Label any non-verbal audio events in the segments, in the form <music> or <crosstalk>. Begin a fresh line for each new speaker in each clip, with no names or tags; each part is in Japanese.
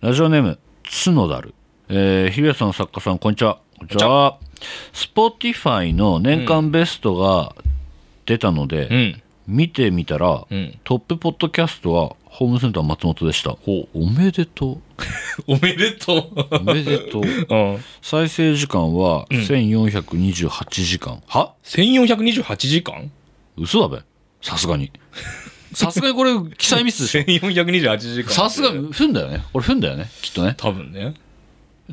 ラジオネーム角だる、えー、日比谷さん作家さんこんにちはこんにちは Spotify の年間ベストが出たので、
うん。
見てみたら、
うん。
トップポッドキャストはホームセンター松本でしたおめでと
おめでとう。 <laughs>
うおめでとう
うん。
再生時間は
ん
1428時間、は
1428時間
嘘だべさすが
<laughs>
にさすがにこれ記載ミスでしょ
?1428 時間。
さすが踏んだよねこれ踏んだよねきっとね
多分ね。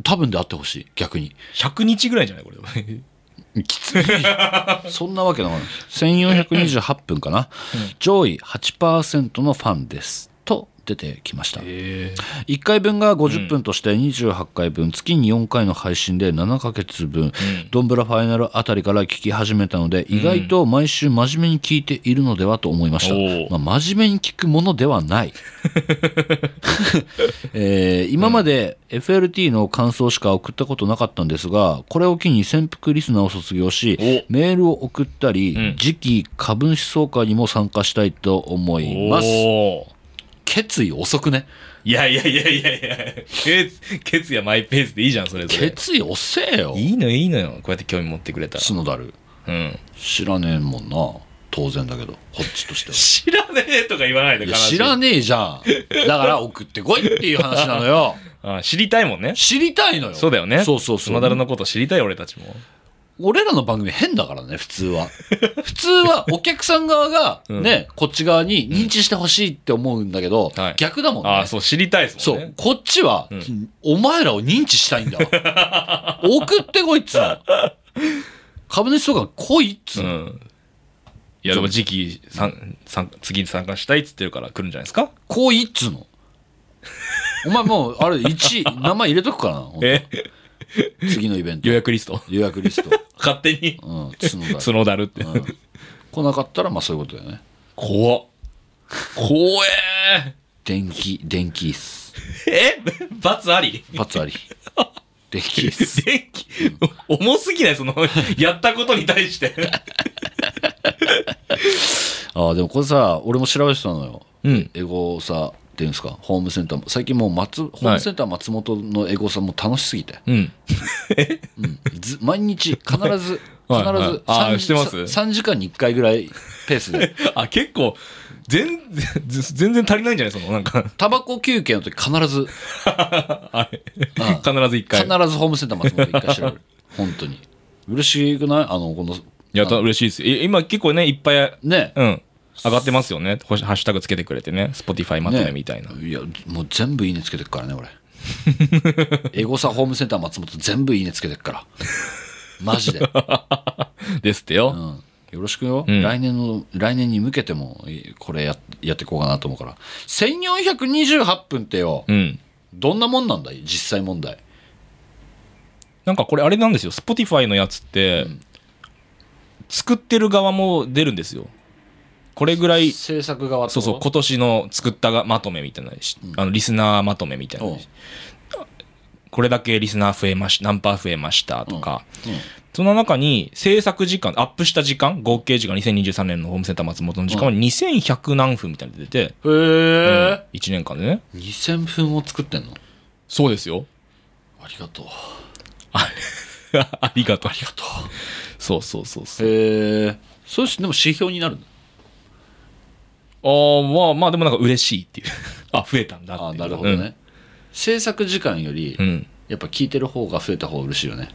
多分であってほしい逆に
100日ぐらいじゃないこれ。
きついそんなわけない1428分かな、上位8%のファンですと出てきました
ええ。
1回分が50分として28回分、月に4回の配信で7ヶ月分ドンブラファイナルあたりから聞き始めたので意外と毎週真面目に聞いているのではと思いました、
お
まあ、真面目に聞くものでは
<laughs>
ない、えー今まで FLT の感想しか送ったことなかったんですがこれを機に潜伏リスナーを卒業し
お
メールを送ったり、
うん
次期株主総会にも参加したいと思います
おー
決意遅くね
いやいやいやいやいや。ケツ、ケツやマイペースでいいじゃん、それぞれ。
決意遅えよ
いいのいいのよ。こうやって興味持ってくれたら。
角だる
うん。
知らねえもんな当然だけどこっちとしては
<laughs> 知らねえとか言わないで、
い
悲
や
しい
知らねえじゃんだから送ってこいっていう話なのよ
あ知りたいもんね。
知りたいのよ
そうだよね。
そうそうそ
角だら
う
のこと知りたい、俺たちも。
俺らの番組変だからね普通は普通はお客さん側がね、こっち側に認知してほしいって思うんだけど、
はい
逆だもんね
ああ、そう、知りたいです
そ
も
うん
ね。
こっちは、お前らを認知したいんだわ送ってこいっつう
<laughs>
の株主総会来いっつう
う
の、
ん。いや、でも次期、さん、さん、次に参加したいっつってるから来るんじゃないですか
こういっつうの。お前もう、あれ、1、名前入れとく
<laughs>
かなほんと
え
次のイベント
予。約リスト
予約リスト。
<laughs> 勝手に
うん、角だ。
<laughs> 角だるって。
うん来なかったら、まあそういうことだよね。
怖っ。怖え
電気、電気椅子。
ー。え <laughs> 罰あり <laughs>
罰あり。電気椅子。
電気、 <laughs> 重すぎない <laughs> その、やったことに対して。
ああ、でもこれさ、俺も調べてたのよ。
うん。
エゴさ、っていうんですか、ホームセンターも。最近もう松、ホームセンター松本のエゴさもう楽しすぎて。
うん。
ず毎日、必ず、
<laughs> はい
必
はい
ず、
あー
三
してます
3時間に1回ぐらいペース
<laughs>
で。
あ、結構、全 <laughs> 然、全然足りないんじゃないその、なんか、
タバコ休憩の時必ず、
あれ。
あ
必ず一回。
必ずホームセンター松本一回調べ
<laughs>
る本当に嬉しくないあのこの
いや、た嬉しいです。え今結構ね、いっぱい、
ね
うん。上がってますよね。ほしハッシュタグつけてくれてね。Spotify まとめみたいな。
いやもう全部いいねつけてるからね
<laughs>
俺エゴサホームセンター松本全部いいねつけてるからマジ
<laughs>
で、
ですって
う
よ。
ん、よろしくよ、
ん
来年の来年に向けてもいこれややっていこうかなと思うから1428分ってよ、
うん。
どんなもんなんだい実際問題
なんかこれあれなんですよ。Spotify のやつって、作ってる側も出るんですよ。これぐらい、
制作側ってこ
そう
と
そう、今年の作ったがまとめみたいな、しあのリスナーまとめみたい
おう
な。これだけリスナー増えまし何パー増えましたとか。
うん
その中に制作時間、アップした時間、合計時間2023年のホームセンター松本の時間は2100何分みたいなの出てて、
へえ、
1年間でね。
2000分を作ってんの
そうですよ。
ありがとう
<laughs> ありがとう。
ありがとう
そうそうそうそう。
へえそうしでも指標になるんだ
ああ、まあまあでもなんか嬉しいっていう。 <laughs> あ、増えたんだっていう。
あなるほどね、制作時間より、
うん。うん。
やっぱ聞いてる方が増えた方が嬉しいよね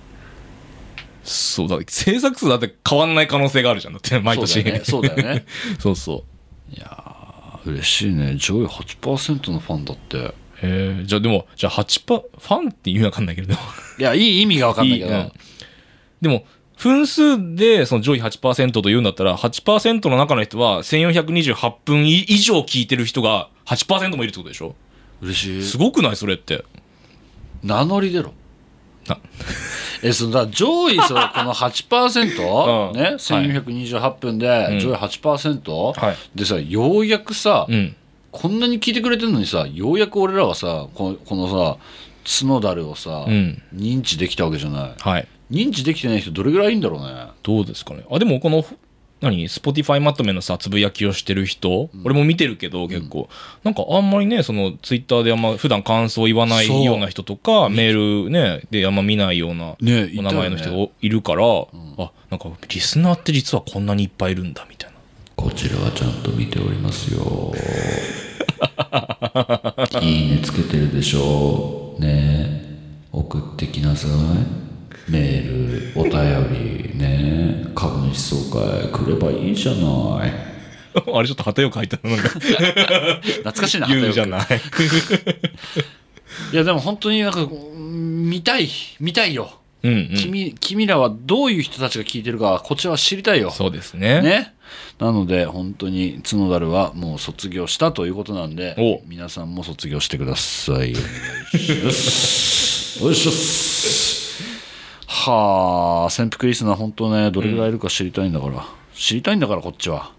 そうだ、制作数だって変わんない可能性があるじゃん。だって毎年。
そうだよねそうだよね
<laughs> そうそう
あ嬉しいね上位8%のファンだって
へえ、じゃあでも、じゃあ8%、ファンって意味わかんないけれど。
いやいい意味が分かんないけど
いいうんでも、分数でその上位8%というんだったら、8%の中の人は1428分以以上聞いてる人が8%もいるってことでしょ
嬉し
す
い
ごくないそれって。
名乗り出ろ
な
<laughs> えそのだから上位そうこの8%、
<laughs> うん
ね1428分で上位8%、
はい
でさようやくさ、
うん。
こんなに聞いてくれてるのにさようやく俺らはさこのこのさ角だるをさ、
うん。
認知できたわけじゃない
はい。
認知できてない人どれぐらいいんだろうね
どうですかね。あ、でもこの、何 Spotify まとめのさつぶやきをしてる人、俺も見てるけど結構、なんかあんまりねそのツイッターであんま普段感想言わない
そう
ような人とかメールねであんま見ないような
ねいたよね
お名前の人がいるから、あなんかリスナーって実はこんなにいっぱいいるんだみたいな <laughs>
こちらはちゃんと見ておりますよ。 <laughs> いいねつけてるでしょう。ねえ、送ってきなさい。メール、お便り、ねえ、株主総会来ればいいじゃない。
あれちょっと旗よく書いてあるなんか <laughs>
懐かしいな、
言うじゃ
い。
ない
いや、でも本当になんか、うん見たい、見たいよ。
うんうん
君、君らはどういう人たちが聞いてるか、こちらは知りたいよ。
そうですね
ね。なので、本当に、角だるはもう卒業したということなんで、
お
皆さんも卒業してください。よし。よしよし。はあ、潜伏リスナー本当ね、どれぐらいいるか知りたいんだから。知りたいんだから、こっちは。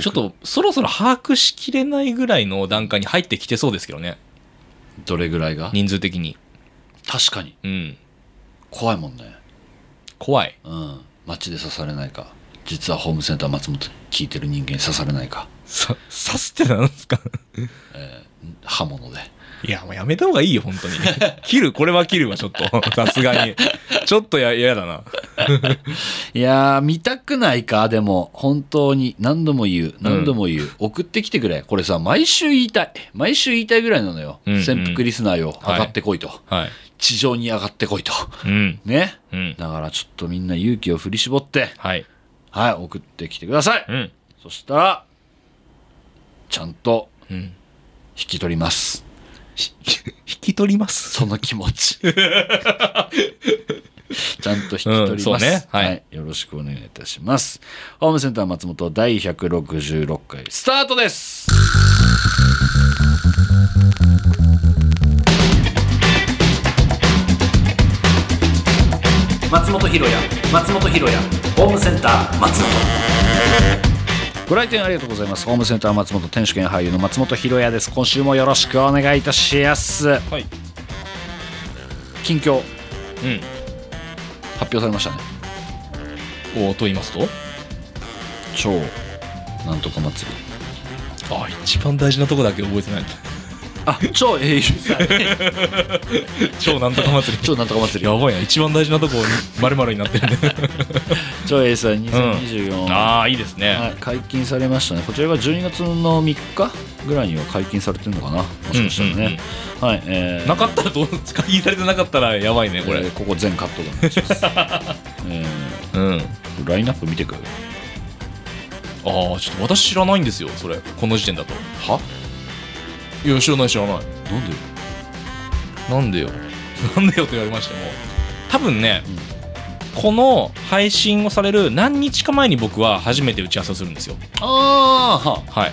ちょっとそろそろ把握しきれないぐらいの段階に入ってきてそうですけどね
どれぐらいが
人数的に
確かに。
うん
怖いもんね。
怖い
うん。街で刺されないか。実はホームセンター松本聞いてる人間に刺されないか。
さ刺すってなんですか
刃物で。
いやもうやめた方がいいよ本当 <laughs> に切るこれは切るわちょっとさすがにちょっとや嫌だない
やー、見たくないか、でも、本当に、何度も言う、何度も言う、送ってきてくれ。これさ、毎週言いたい。毎週言いたいぐらいなのよ。
うんうん
潜伏リスナーよ、上
はい
がってこいと。
はい
地上に上がってこいと。
うん
ね。
うん
だから、ちょっとみんな勇気を振り絞って、
はい
はい、送ってきてください。
うん
そしたら、ちゃんと
うん
引き取ります。
ひ引き取ります
その気持
<laughs>
ち。ちゃんと引き取ります、
うんそうねはい
よろしくお願いいたします。ホームセンター松本第166回スタートです松本ひろや松本ひろやホームセンター松本ご来店ありがとうございますホームセンター松本天主兼俳優の松本ひろやです今週もよろしくお願いいたします
はい
近況
うん
発表されましたね
おと言いますと
超なんとか祭り
あ一番大事なとこだけ覚えてない <laughs>
あ超英雄
超なんとか祭り
<laughs> 超なんとか祭り
やばいな一番大事なとこまるまるになってるね
超英雄さん2024、は
<laughs> あいいですね
い、解禁されましたねこちらが12月の3日ぐらいには解禁されてるのかなもしかしたらね、はいえー
なかったらどう課金されてなかったらやばいねこ
こ
れ
れここ全カットでお願いし
<laughs>
ます、え
うんあ
ーラインナップ見てく
あちょっと私知らないんですよそれこの時点だと
はい
や知らない知らない
なんで
なんでよ <laughs> なんでよと言われましても多分ね、この配信をされる何日か前に僕は初めて打ち合わせをするんですよ
ああは
はい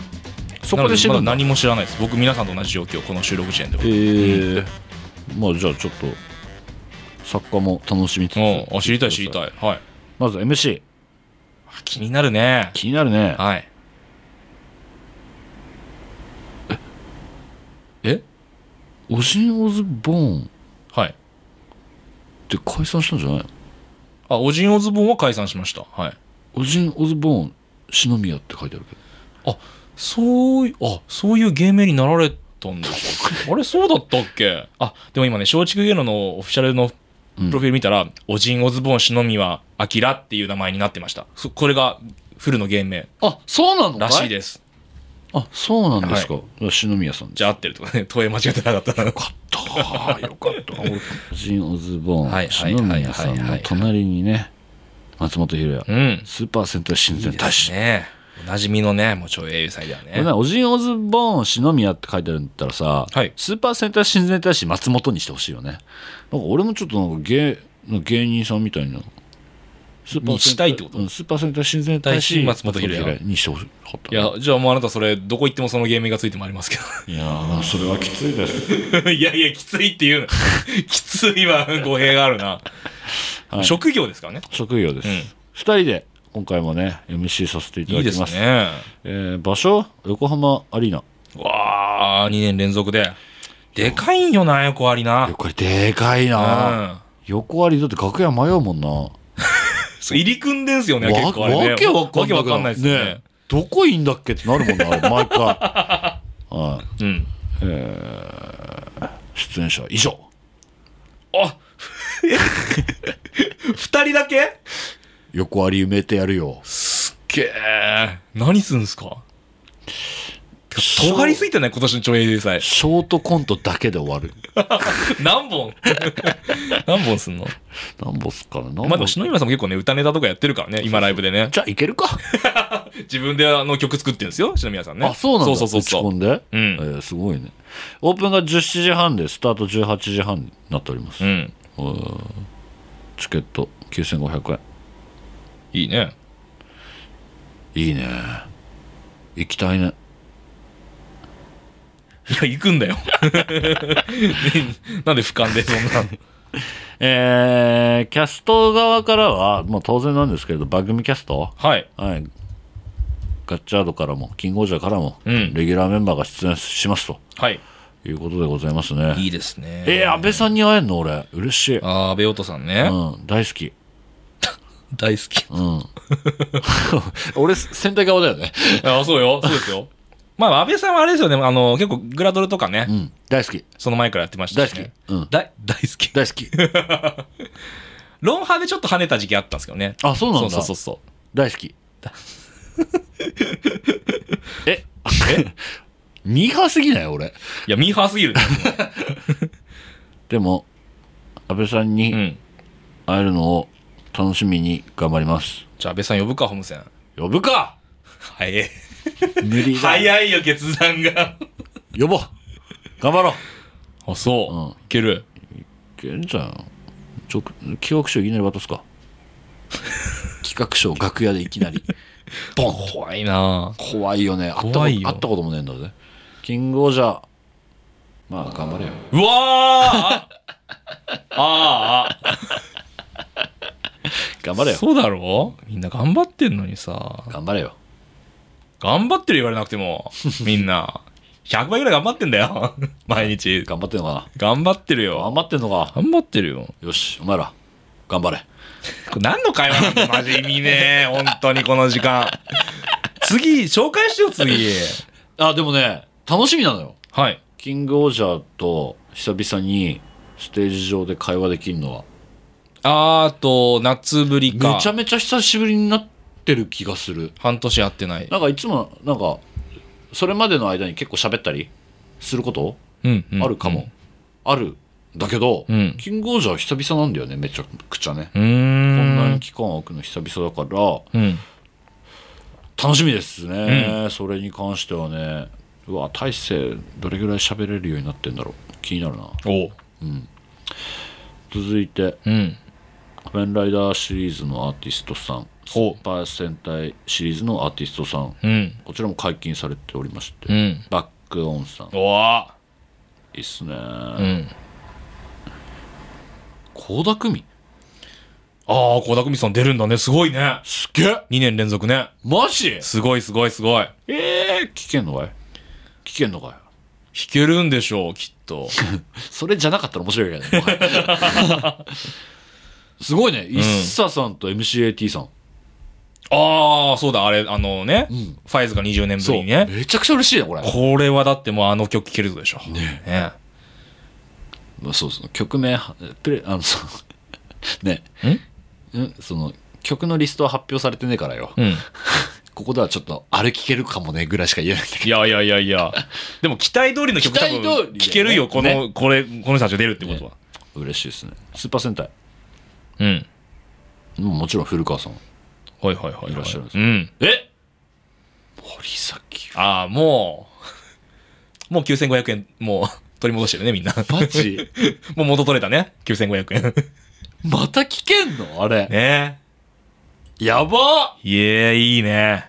そこで知
な
る
の
ん
ま
だ
だ何も知らないです僕皆さんと同じ状況この収録時点では
えーまあじゃあちょっと作家も楽しみつつ
うんあ知りたい知りたいはい
まず MC
あ気になるね
気になるね
はいえ
オジン・オズボーン
はい
って解散したんじゃないの
あオジン・オズボーンは解散しましたはい
オジン・オズボーン篠宮って書いてあるけど
そういあそういう芸名になられたんです <laughs> かあれそうだったっけあでも今ね松竹芸能のオフィシャルのプ
ん
ロフィール見たら、オジン・オズボーン篠宮明っていう名前になってましたそこれがフルの芸名
あそうなの
らしい
す
です
あそうなんですか、篠宮さん
じゃあ合ってるとかね <laughs> 投影間違ってなかったら
ああよかったオジン・オズボーン、
はいはい
篠宮さん
はいはいは
の
い
隣にね松本ひろや、
うん
スーパー戦隊親善大使
ねおなじみのねもう超英雄祭では
これ
ね
ねオジン・オズボーン篠宮って書いてあるんだったらさ、
はい
スーパー戦隊親善大使松本にしてほしいよねなんか俺もちょっとなんか芸の芸人さんみたいなスー
にしたいってこと
うんスーパー戦隊親善大使
大使松本ひろや
にしてほしかった
いやじゃあもうあなたそれどこ行ってもその芸名がついてもありますけど
いやーそれはきついです。
<laughs> いやいや、きついっていうの。 <laughs> きついは語弊があるな。
はい
職業ですからね。
職業です。
うん
二、人で今回もね MC させていた
い
だ
い
き
で
ますす。
ね。
えー場所横浜アリーナ。
わあ、2年連続で。でかいんよな、横ありな。
これでかいな。
う
横アリだって楽屋迷うもんな。
そう入り組んでんすよね、結構あれね。
わけわかん
わけわかん
な
な
いい
ですね。
ねどこいんだっけってなるもんな、あれ毎回。 <laughs> はい
うん。
出演者以上。
あ <laughs> 二人だけ
横あり埋めてやるよ。
けー。何すんすか尖りすぎてない今年の超英祭。
ショートコントだけで終わる。
<laughs> 何本 <laughs> 何本すんの
なんぼっすかね。なんぼ
まあでも篠村さんも結構ね、歌ネタとかやってるからね、今ライブでね。
じゃあいけるか。
<laughs> 自分であの曲作ってるんですよ、篠宮さん
<laughs>
ね。
あ、そうなんだ。
そうそうそう
打
そ
ち
う。
込んで。
うん
えーすごいね。オープンが17時半で、スタート18時半になっております。
うん。
チケット9500円。
いいね。
いいね。行きたいね。
いや、行くんだよ。 <laughs> なんで俯瞰でそんな。
えー、キャスト側からは、もう当然なんですけれど、番組キャスト
はい。
はい。ガッチャードからも、キングオージャーからも、
うん
レギュラーメンバーが出演しますと
はい。
いうことでございますね。
いいですね。
えー、安倍さんに会えんの俺。嬉しい。う
あー、安倍音さんね。
ん、大好き。
大好き。
うん。俺、戦隊側だよね。
<laughs> あ、そうよ。そうですよ。まあ、安倍さんはあれですよね。あの、結構グラドルとかね、
うん、大好き。
その前からやってました
大
し、
好
ね。
き。うん、
大大好き。
大好き。
ロンハーでちょっと跳ねた時期あったんですけどね。
あ、そうなんだ。
そうそうそう。
大好
<laughs>
き。え、え <laughs> ミーハーすぎない俺。
いや、ミーハーすぎる
<laughs>
ね。
でも、安倍さん
う
に
ん。
会えるのを楽しみに頑張ります。
じゃあ、安倍さん呼ぶか、ホームセン。
呼ぶか
<laughs> はい。
無理だ。
早いよ、決断が。
呼ぼう頑張ろう
あ、そう。
うん
いける。
いけんじゃん。ちょ、企画書いきなり渡すか。 <laughs> 企画書を楽屋でいきなり。ボン
怖いなぁ
怖いよね。会ったこと
怖いよ
会ったこともねえんだぜ。キングオージャー。まあ、頑張れよ。
うわーあーあ
頑張れよ。
<laughs> そうだろみんな頑張ってんのにさ。
頑張れよ。
頑張ってる言われなくても、みんな。100倍ぐらい頑張ってんだよ。 <laughs> 毎日。
頑張ってんのかな
頑張ってるよ。
頑張ってんのか。
頑張ってるよ。
よし、お前ら、頑張れ。
これ何の会話なんだマジ意味ねえ。本当にこの時間。次、紹介してよ、次。
あ、でもね、楽しみなのよ。
はい。
キングオージャーと久々にステージ上で会話できるのは、
あーと、夏ぶりか。
めちゃめちゃ久しぶりになってる気がする。
半年会ってない。
なんかいつも、なんか、それまでの間に結構喋ったりすること
うん、うん
あるかも。。ある。だけど、
うん
キングオージャー久々なんだよね、めちゃくちゃね。
う
こ
ーん。
んなに期間空くの久々だから、
うん。
楽しみですね、それに関してはねうわ大勢どれぐらい喋れるようになってんだろう気になるな
おう。
続いて
うん。
「仮面ライダー」シリーズのアーティストさん「ス
お
ーパー戦隊」シリーズのアーティストさん
うん。
こちらも解禁されておりまして、
うん。
バックオンさんい
おわ
いっすね
うん。
倖田來未
ああ、小田久美さん出るんだね。すごいね。
すげえ
2年連続ね。
マジ
すごいすごいすごい。弾
ええ聞けんのかい聞けんのかい
けるんでしょう、きっ
<laughs>
と。
それじゃなかったら面白いけどね <laughs> すごいね、一茶さんと MCAT さん
ああ、そうだ、あれ、あのね、ファイズが20年ぶ
そう
りにね。
めちゃくちゃ嬉しいねこれ
これはだってもうあの曲聴けるでしょ。ね
まあそうそう曲名はプレあのそう <laughs> ねうんその曲のリストは発表されてねえからよ、
うん。
ここではちょっとあれ聴けるかもねぐらいしか言えないんだけ
いやいやいやいや。でも期待通りの曲多
期待通
分
りだよね
聴けるよ、この、
ね
これ、この人たちが出るってことは。
ど嬉しいですねスーパー戦隊
うん。
ももちろん古川さん
はいはいはい、はい。
いらっしゃるんです
うん。
え森崎
ああ、もう、 <laughs> もう9500円、もう取り戻してる
<laughs>
ね、みんな。
マジ
もう元取れたね。9500円。
また聴けんのあれ、
ね
やば
え。いえ、いいね。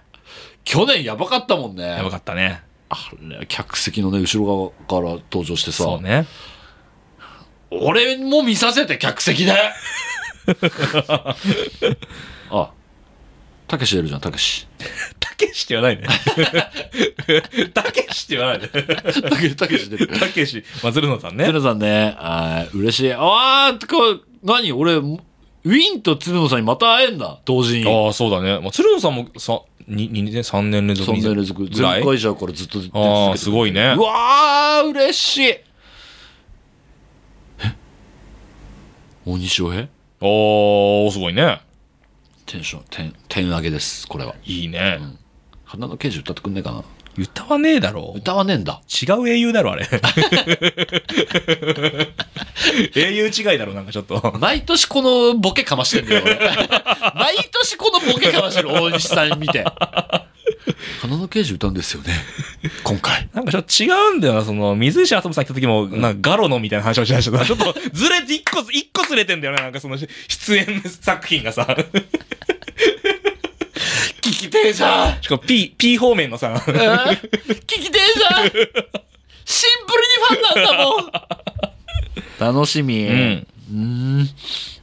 去年やばかったもんね
やばかったね。
あれ客席のね後ろ側から登場してさ
そうね。
俺も見させて客席
<laughs>
であたけし出るじゃんたけ
<laughs>
した
けしって言わないね。たけしって言わないね。
たけたけし出る
たけし、まあ、鶴野さん
テ
ね。
ルさんねあー嬉しいああこう何俺ウィンと鶴野さんにまた会えんな、同時に。
ああ、そうだね。まあ、鶴野さんもさ、に二年、3年連続
そん
二
な
年
連続。
ぐら
前
い
回じゃからずっと出続けて
ああ、
る
すごいね
う。わー、嬉しい。え大西翔平
おー、すごいね。
テンション、点、点上げです、これは。
いいね。
花の刑事歌ってくんねえかな
歌わねえだろ。
歌わねえんだ。
違う英雄だろ、あれ。英雄違いだろ、なんかちょっと。
毎年このボケかましてんだよ、俺 <laughs> 毎年このボケかましてる、大西さん見て。花の刑事歌うんですよね。今回。
なんかちょっと違うんだよな、その、水石あさむさん来た時も、なんかガロのみたいな話をしだした。ちょっとずれて、一個、一個ずれてんだよな、なんかその、出演作品がさ。
聞きてえじゃん
しかも P、P 方面のさ、
えー聞きてえじゃんシンプルにファンなんだもん楽しみ。
ん
うん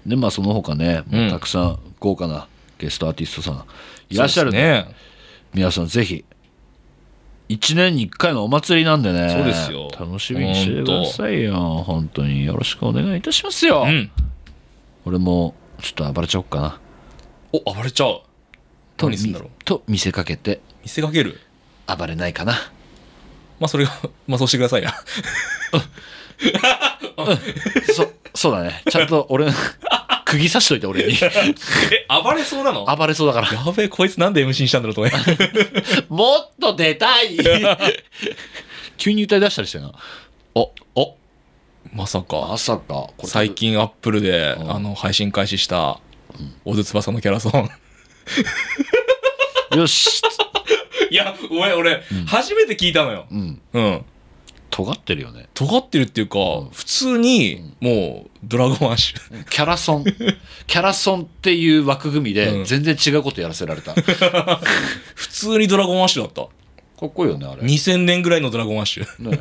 で、まあその他ね、もううんたくさん豪華なゲストアーティストさんいらっしゃるんで
ね。
皆さんぜひ、一年に一回のお祭りなんでね。
そうですよ
楽しみにしててくださいよ。本当によろしくお願いいたしますよ。
うん。
俺も、ちょっと暴れちゃおっかな。
お、暴れちゃう。
と
何すんだろう
みと見せかけて、
見せかける
暴れないかな。
まあそれが、 <laughs> まあそうしてくださいや。
そ、そうだね。ちゃんと俺、釘刺しといて俺に。
え、暴れそうな
<laughs>
の
暴れそうだから。
やべえ、こいつなんで MC にしたんだろうと思い
もっと出たい <laughs> 急に歌い出したりしてな。 <laughs> お、お、
まさか、
まさか、これ
最。近アップルで、
うん
あの、配信開始した、小津翼のキャラソン。
よし。
<laughs> いや、俺、俺、初めて聞いたのよ。
うん。
うん。
尖ってるよね。
尖ってるっていうか、
ん
普通に、もう、ドラゴンアッシュ。 <laughs>
キャラソン。 <laughs> キャラソンっていう枠組み
う
で
ん
全然違うことやらせられた。か
普通にドラゴンアッシュだった。
っこいいよね、あれ。
2000年ぐらいのドラゴンアッシュ。
ね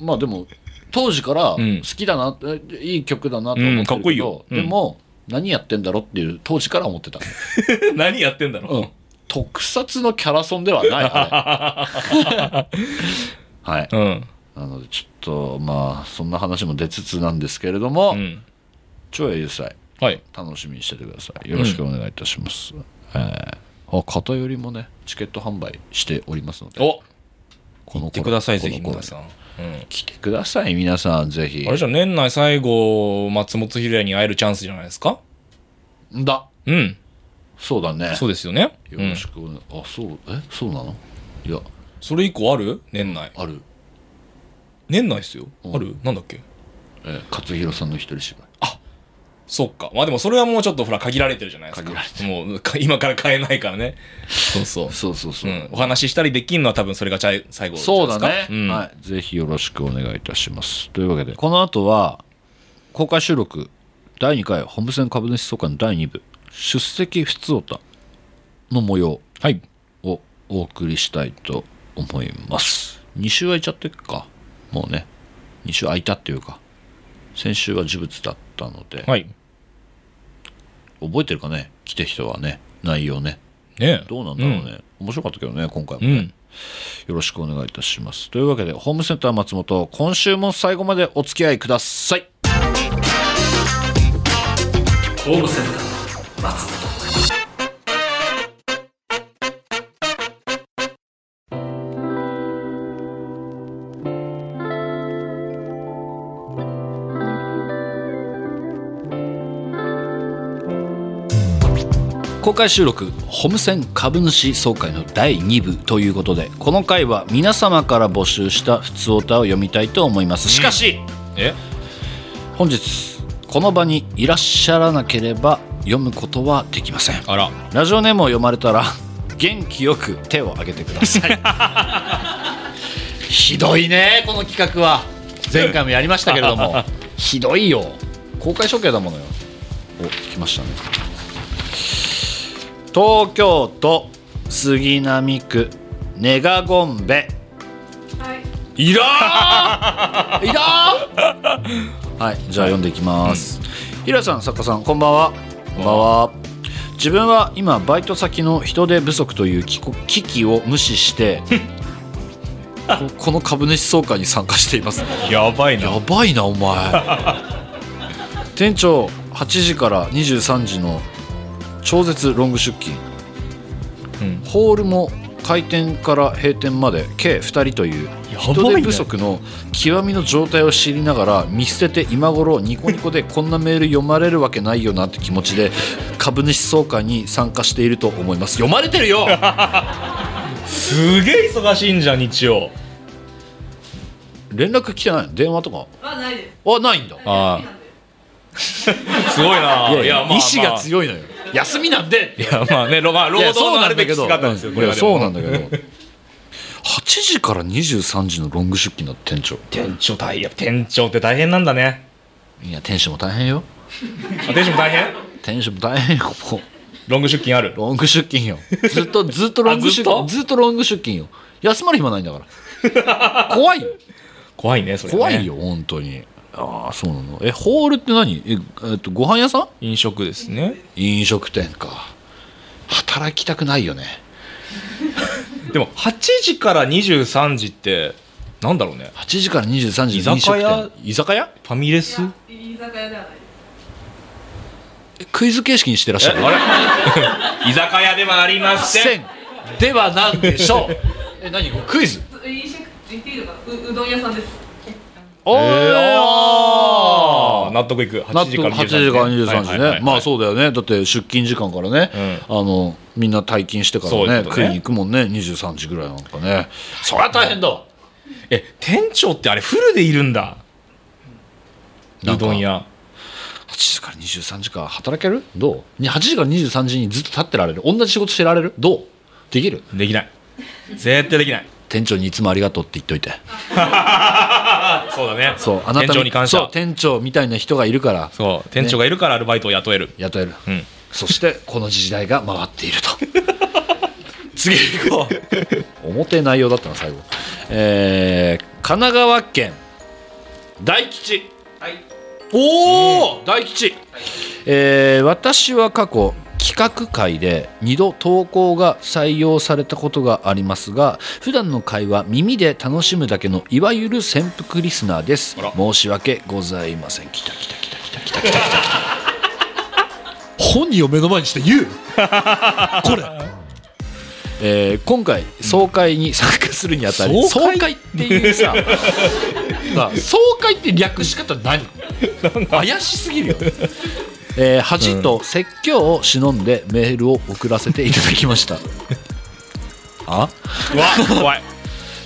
まあでも、当時から
うん
好きだな、えいい曲だなと思ってるけど、
うんかっこいいようん
でも、何やってんだろうっていう当時から思ってた。
<laughs> 何やってんだろう。
うん。特撮のキャラソンではない、あ <laughs> れ。はい。
うん。
なので、ちょっと、まあ、そんな話も出つつなんですけれども、
うん。
超英雄祭、
はい。
楽しみにしててください。よろしくお願いいたします。えーあ、偏りもね、チケット販売しておりますので、
お
この
来てください、ぜひ、
この
皆
頃
さん。うん。
来てください、皆さん、ぜひ
あれ。じゃん年内最後、松本ひろやに会えるチャンスじゃないですか
んだ、
うん。
そうだね。
そうですよね。う
よろ
ん
し。くお願い、あ、そう、え、そうなのいや、
それ以降ある年内。
ある、
年内っすよ。
うん
あるなんだっけ
えー勝弘さんの一人芝居。
そっか。まあでもそれはもうちょっとほら限られてるじゃないですか。
限られ
もうか <laughs> 今から買えないからね。そうそう。
そうそうそうう。
ん。お話ししたりできんのは多分それがちゃい最後じゃな
そ
いうです
だ
か。
ね、
ん。
はい。ぜひよろしくお願いいたします。というわけで、この後は、公開収録第2回本部戦株主総会の第2部、出席不通歌の模様
はい。
をお送りしたいと思います。2週空いちゃってっか。もうね、2週空いたっていうか、先週は呪物だったので、
はい。ね
覚えてるかね来た人はね、内容ね。
え
どうなんだろうね。面白かったけどね、今回も
うん。うん。
よろしくお願いいたします。というわけで、ホームセンター松本、今週も最後までお付き合いください。
ホームセンター
公開収録、ホームセン株主総会の第2部ということで、この回は皆様から募集した普通オタを読みたいと思います。しかし、
え
本日、この場にいらっしゃらなければ読むことはできません。
あら。
ラジオネームを読まれたら、元気よく手を挙げてください。 <laughs> ひどいね、この企画は。前回もやりましたけれども、ひどいよ。公開処刑だものよ。お、来ましたね。東京都杉並区ネガゴンベ。いらーいらー <laughs> はいじゃあ読んでいきます、ひらさん作家さんこんばんはこんばんは自分は今バイト先の人手不足という危機危機を無視して <laughs> こ <laughs> この株主総会に参加しています <laughs>
やばいな。
やばいなお前店長8時から23時の超絶ロング出勤
うん
ホールも開店から閉店まで計2人という
やばいね
人手不足の極みの状態を知りながら見捨てて今頃ニコニ <laughs> コでこんなメール読まれるわけないよなって気持ちで株主総会に参加していると思います読まれてる <laughs> よ
すげえ忙しいんじゃん日曜
連絡来てないの電話とか
はないです。
あないんだ
ああすごいない
やいや、意志が
い
強いのよ休みなんでって
やまあねロまあ労
いや
働
そう
の
な
なんる
だ
べ
け
き
ど
姿ですよこ
い
れ
や
は
そうなんだけど8時から23時のロング出勤だ店長
店長大変やっぱ店長って大変なんだね
いや店主も大変よ
あ店長も大変
店主も大変よもう
ロング出勤ある
ロング出勤よずっとずっとロング出
あずっと
勤ずっとロング出勤よ休まる暇ないんだから怖いよ
怖いねそれ、ね、
怖いよ本当にああそうなのえホールって何ええっとご飯屋さん
飲食ですね
飲食店か働きたくないよね
でも8時から23時ってなんだろうね
8時から23時の飲
居酒
食
屋
店居酒屋
ファミレス
居酒屋ではないです。
えクイズ形式にしてらっ
え
しゃる
あ <laughs> れ居酒屋ではありません
線ではなんでしょう <laughs> え何クイズ
飲食言っていいのかなううどん屋さんです。
お
えーあー
ー
納得いく8
納
時
得
から
8時から23時ねまあ
う
そうだよねだって出勤時間からね、あのみんな退勤してか
そう
ら
いう
ね
こと
食
ね
いに行くもんね23時ぐらいなんかねそりゃ大変だわ
え店長ってあれフルでいるんだ
なん
う
か
どん屋
8時から23時か働けるどうに8時から23時にずっと立ってられる同じ仕事してられるどうできる
できない絶対できない
店長にいつもありがとうって言っといて
そうだね
そうあなた
店長に感謝
そう店長みたいな人がいるから
そう店長がいるからアルバイトを雇える、
雇える
うん
そしてこの時代が回っていると次行こう表内容だったな最後えー神奈川県大吉
はい。
おお大吉、えー私は過去企画会で2度投稿が採用されたことがありますが普段の会話耳で楽しむだけのいわゆる潜伏リスナーです
あら
申し訳ございませんきたきたきたきたきたきたきた本人を目の前にして言うこれえー今回総会に参加するにあたり
総
総
会
会っていうさなあ総会って略し方何怪しすぎるよ、えー恥と説教を忍んでメールを送らせていただきました
<laughs>
あ
うわ怖い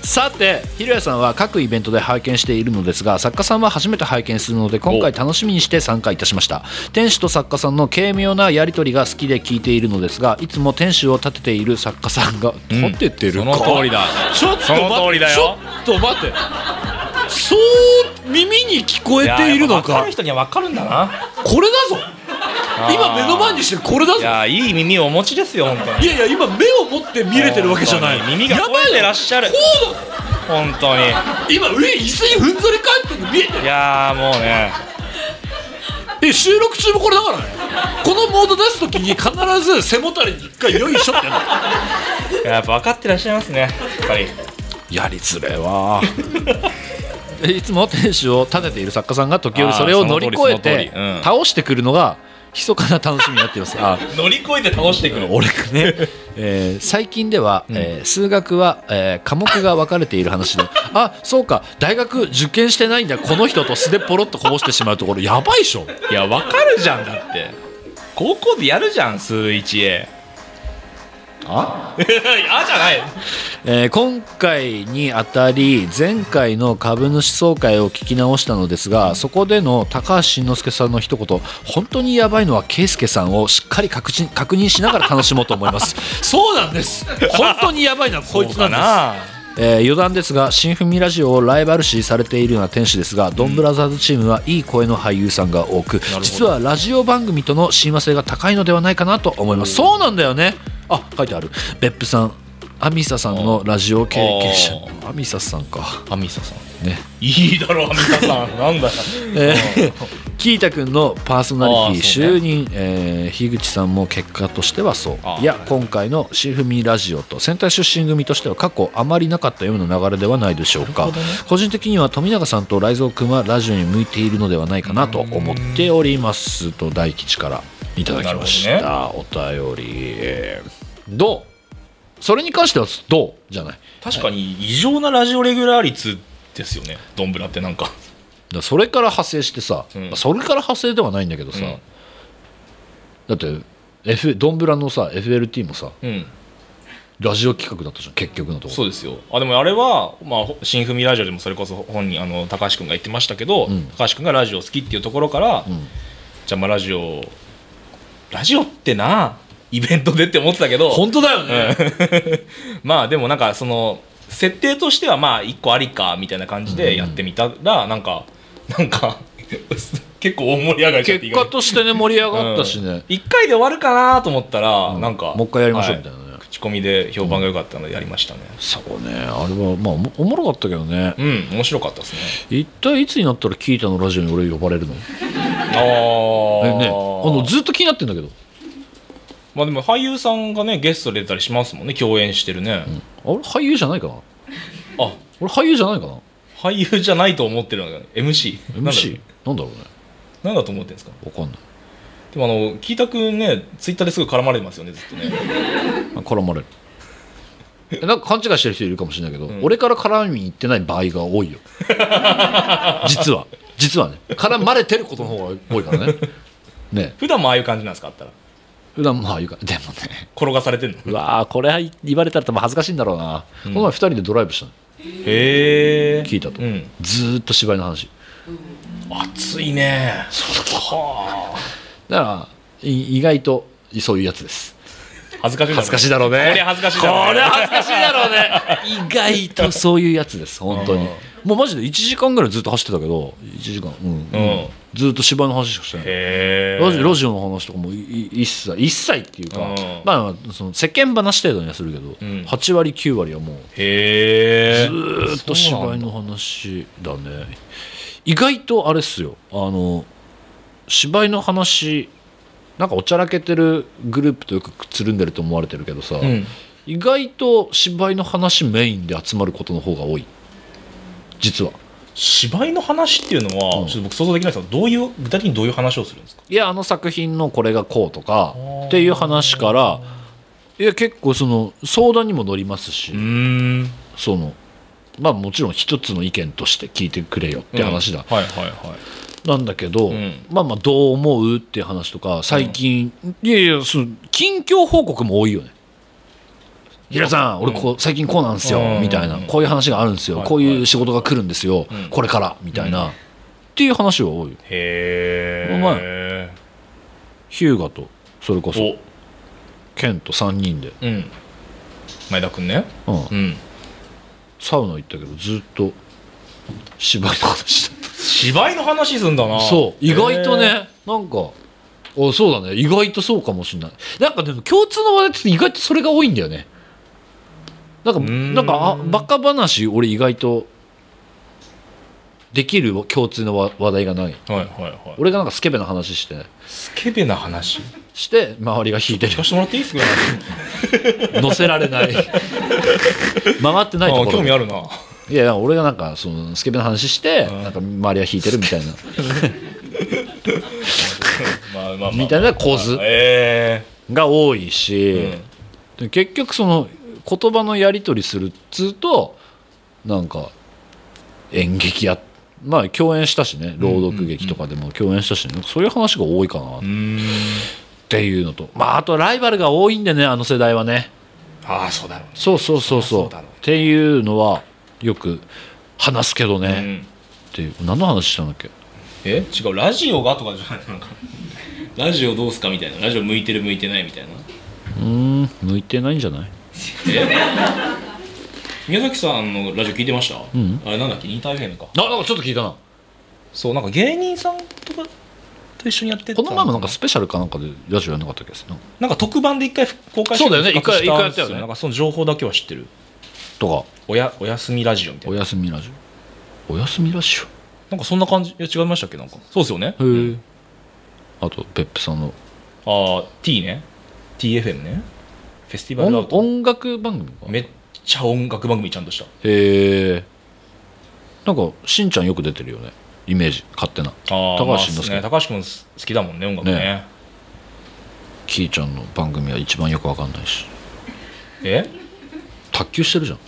さてひろやさんは各イベントで拝見しているのですが作家さんは初めて拝見するので今回楽しみにして参加いたしました店主と作家さんの軽妙なやり取りが好きで聞いているのですがいつも店主を立てている作家さんが
ん
立ててる
そ
か、
の通りだ
ちょっと
そ
待って
の通りだよ
ちょっと待ってそう耳に聞こえているの
ややっぱ分
か
かる人には分かるんだな
これだぞ今目の前にしてこれだぞ
いやいい耳をお持ちですよ本当に
いやいや今目を持って見れてるわけじゃない
本当に耳が肥えてらっしゃる本当に
今上椅子にふんぞり返ってるの見えてる
いやーもうね
え収録中もこれだからねこのモード出す時に必ず背もたれに一回よいしょってやる
いややっぱ分かってらっしゃいますねやっぱり
やりづれえわいつも店主を立てている作家さんが時折それを乗り越え
あーその通
て
りその通りうん
倒してくるのが密かな楽しみになっていますあ
乗り越えて倒していくの
俺がね、 <laughs> えー最近では、えー数学は、えー科目が分かれている話であそうか大学受験してないんだこの人と素でポロッとこぼしてしまうところやばいでしょ
いや分かるじゃんだって高校でやるじゃん数 1A <laughs>
あ、
あじゃない
えー今回にあたり前回の株主総会を聞き直したのですがそこでの高橋慎之介さんの一言本当にやばいのは圭介さんをしっかり確認確認しながら楽しもうと思いますそうなんです本当にやばいのはこいつなんです
な
えー余談ですが新文ラジオをライバル視されているような店主ですが、ドンブラザーズチームはいい声の俳優さんが多く実はラジオ番組との親和性が高いのではないかなと思いますそうなんだよねあ書いてある別府さんアミサさんのラジオ経験者アミサさんか
アミサさん
ね <laughs>
いいだろアミサさんなんだよ
えーキータ君のパーソナリティ
あーそうね
就任、えー樋口さんも結果としてはそう
あー
いや今回の「シフミラジオ」と戦隊出身組としては過去あまりなかったような流れではないでしょうか、
なるほどね
個人的には富永さんと雷蔵君はラジオに向いているのではないかなと思っておりますと大吉からいただきまし
なる
た、お便り、えーどうそれに関してはどうじゃない
確かに異常なラジオレギュラー率ですよねドンブラってなんか
だからそれから派生してさ、
うん
まあそれから派生ではないんだけどさ、
うん
だって、F、ドンブラのさ FLT もさ
うん
ラジオ企画だったじゃん結局のとこ
そうですよあでもあれは、まあ、ほ新踏みラジオでもそれこそ本人あの高橋君が言ってましたけど、
うん
高橋君がラジオ好きっていうところから、
ん
じゃあまあラジオラジオってなイベントでって思ってたけど
本当だよね、
まあでもなんかその設定としてはまあ一個ありかみたいな感じでやってみたらなんかなんか <laughs> 結構大盛り上がりちゃって
結果としてね盛り上がったしね、
1回で終わるかなと思ったら、なんか
もう一回やりましょうみたいなね、
は口コミで評判が良かったのでやりましたね
そうねあれはまあおもおもろかったけどね
うん、面白かっ
<laughs>
たですね
一体いつになったらキータのラジオに俺呼ばれるの
ああ
えねあのずっと気になってんだけど
まあでも俳優さんがねゲスト出たりしますもんね共演してるね、
俺俳優じゃないかな
あ
俺俳優じゃないかな
俳優じゃないと思ってるのが MC なんだ
MC なんだろうね
なんだと思ってるんですか
わかんない
でもあのキータ君ねツイッターですごい絡まれてますよねずっとね <laughs>
絡まれるえなんか勘違いしてる人いるかもしれないけど、
ん
俺から絡みに行ってない場合が多い <laughs> よ実は実はね絡まれてることの方が多いから <laughs> ねね
普段もああいう感じなんですかあったら
普段まあ言うかでもね
転がされてんの
うわーこれは言われたら多分恥ずかしいんだろうな、この前2人でドライブしたの
へえ
聞いたと
うん
ずーっと芝居の話
熱いねは
だからい意外とそういうやつです
あ恥ずかしい
恥ずかしいだ
だ
ろうね
こりゃ恥ずかしいだろう
こ
ね
りゃ恥ずかしいだろうね意外とそういうやつです本当にもうマジで1時間ぐらいずっと走ってたけど1時間うん、
うん
ずっと芝居の話しかしてない
へえ
ラジラジオの話とかもいい一切一切っていうか、
うん
まあまあその世間話程度にはするけど、
ん
8割9割はもう
へえ
ずーっと芝居の話だね意外とあれっすよあの芝居の話なんかおちゃらけてるグループとよくつるんでると思われてるけどさ、
うん
意外と芝居の話メインで集まることの方が多い実は
芝居の話っていうのは、
うん
ちょっと僕想像できないですけどどういう具体的にどういう話をするんですか
いやあの作品のこれがこうとか
ー
っていう話からいや結構その相談にも乗りますし、
ん
そのまあもちろん一つの意見として聞いてくれよって話だ、
はいはいはい
なんだけど、
うん
まあまあどう思うっていう話とか最近、いやいやその近況報告も多いよね平井さん俺こう最近こうなんですよ、
うん
みたいなこういう話があるんですよ、
はい
こういう仕事が来るんですよ、
うん
これからみたいな、っていう話は多いよ
へ
うまい
え
日向とそれこそ
お
健と3人で、
うん前田君ね
うん
うん
サウナ行ったけどずっと芝居の話だっ
芝居の話すんだな
たそう意外とねなんかあそうだね意外とそうかもしれないなんかでも共通の話題って意外とそれが多いんだよねなんか
ーん
なんかあバカ話俺意外とできる共通の話話題がない
へーはいはいはい
俺がなんかスケベな話して
スケベな話
して周りが引いて
聞か <laughs>
る
せてもらっていいですか
乗せられない回ってないとこ
あ
ろ
興味あるな
いや俺がなんかそのスケベな話して、
ん
なんか周りが引いてるみた
<laughs>
いな
まあまあまあ
みたいな構図
え
が多い
え
し、で結局その言葉のやり取りするっつうとなんか演劇やまあ共演したしね朗読劇とかでも共演したし、ねそういう話が多いかなっ
うん
ていうのと、まああとライバルが多いんでねあの世代はね
ああそうだろうね
そうそうそうそう
そうだろう
っていうのはよく話すけど
う
ね、
ん
っていう何の話したんだっけ
え違うラジオがとかじゃないなんかラジオどうすかみたいなラジオ向いてる向いてないみたいな
うーん向いてないんじゃない
宮崎さんのラジオ聞いてました、
ん
あれなんだっけインターフェーンか
あなんかちょっと聞いたな
そうなんか芸人さんとかと一緒にやってた
この前もなんかスペシャルかなんかでラジオやんなかったっけなんか
なんか特番で一回公開し
そ
て
うだよね
復活
一回
し
一回
たんです
やったよね
なんかその情報だけは知ってる
とか
おやおやすみラジオみたい
お
な
やすみラジオおやすみラジ
なんかそんな感じいや違いましたっけなんかそうですよね
へえあと別府さんの
ああ T ね TFM ねフェスティバルアウ
音
ト
音楽番組か
めっちゃ音楽番組ちゃんとした
へえなんかしんちゃんよく出てるよねイメージ勝手な
あー
高橋
まあ
慎之介
っすね高橋君好きだもんね音楽ね
ねキーちゃんの番組は一番よくわかんないし
え
卓球してるじゃん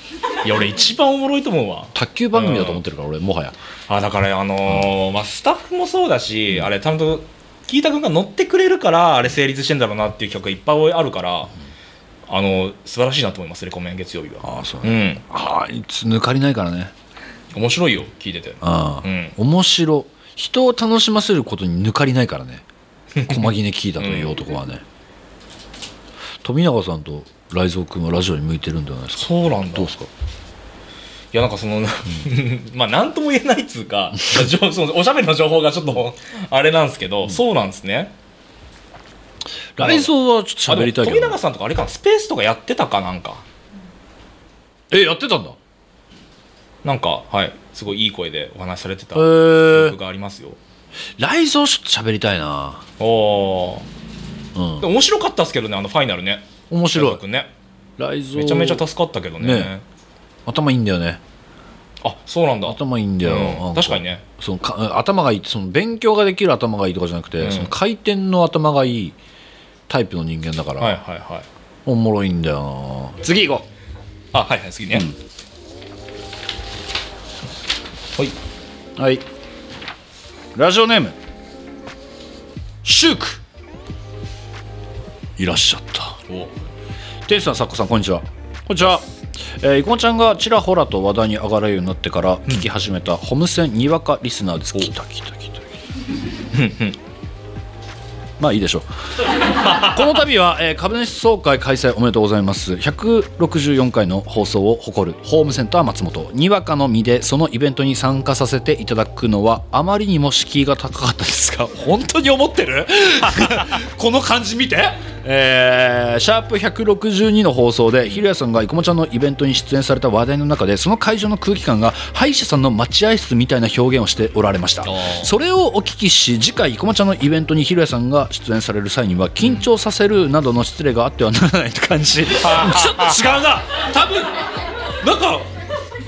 いや俺一番おもろいと思うわ
卓球番組だと思ってるから、俺もはや
あだからあのーまあ、スタッフもそうだし、あれちゃんと聞いた君が乗ってくれるからあれ成立してんだろうなっていう企画がいっぱいあるから、あの素晴らしいなと思いますレコメン月曜日は
ああそう
う
ね、
ん
あいつ抜かりないからね
面白いよ聞いてて
ああ、
うん
面白人を楽しませることに抜かりないから
<laughs>
ね細切ね聞いたという男はね、富永さんと雷蔵君はラジオに向いてるんじゃないですか
そうなんだ
どうですか
いやなんかその、 <laughs> まあ何とも言えないっつうか <laughs> じょそのおしゃべりの情報がちょっと <laughs> あれなんですけど、そうなんですね
雷蔵はちょっと喋りたい
あ
けど
でも富永さんとかあれかなスペースとかやってたかなんか
えやってたんだへ
なんかはいすごいいい声でお話しされてた
え
記憶がありますよ、
雷蔵ちょっと喋りたいな
おー
うん
でも面白かったっすけどねあのファイナルね
面白い
僕ね
雷蔵
めちゃめちゃ助かったけどね
ね頭いいんだよね
あそうなんだ、
頭いいんだよ、
うん
なん
確かにね
そのか頭がいいその勉強ができる頭がいいとかじゃなくて、
うん
その回転の頭がいいタイプの人間だから、
はいはいはい
おもろいんだよな次行こう
あはいはい次ね、はい
はいラジオネームシュークいらっしゃった
お
天使さん、サッコさん、こんにちは。こんにちは。えー、いこまちゃんがちらほらと話題に上がるようになってから聞き始めたホムセンにわかリスナーです。来た来た来た来た。まあいいでしょう。この度は、えー株主総会開催おめでとうございます。164回の放送を誇るホームセンター松本。にわかの身でそのイベントに参加させていただくのはあまりにも敷居が高かったですが、 <laughs> 本当に思ってる <laughs> この感じ見てえーシャープ162の放送でひろやさんが生駒ちゃんのイベントに出演された話題の中でその会場の空気感が歯医者さんの待合室みたいな表現をしておられました
ー
それをお聞きし次回生駒ちゃんのイベントにひろやさんが出演される際には緊張させるなどの失礼があってはならないと感じ <laughs> ちょっと違うな多分なんか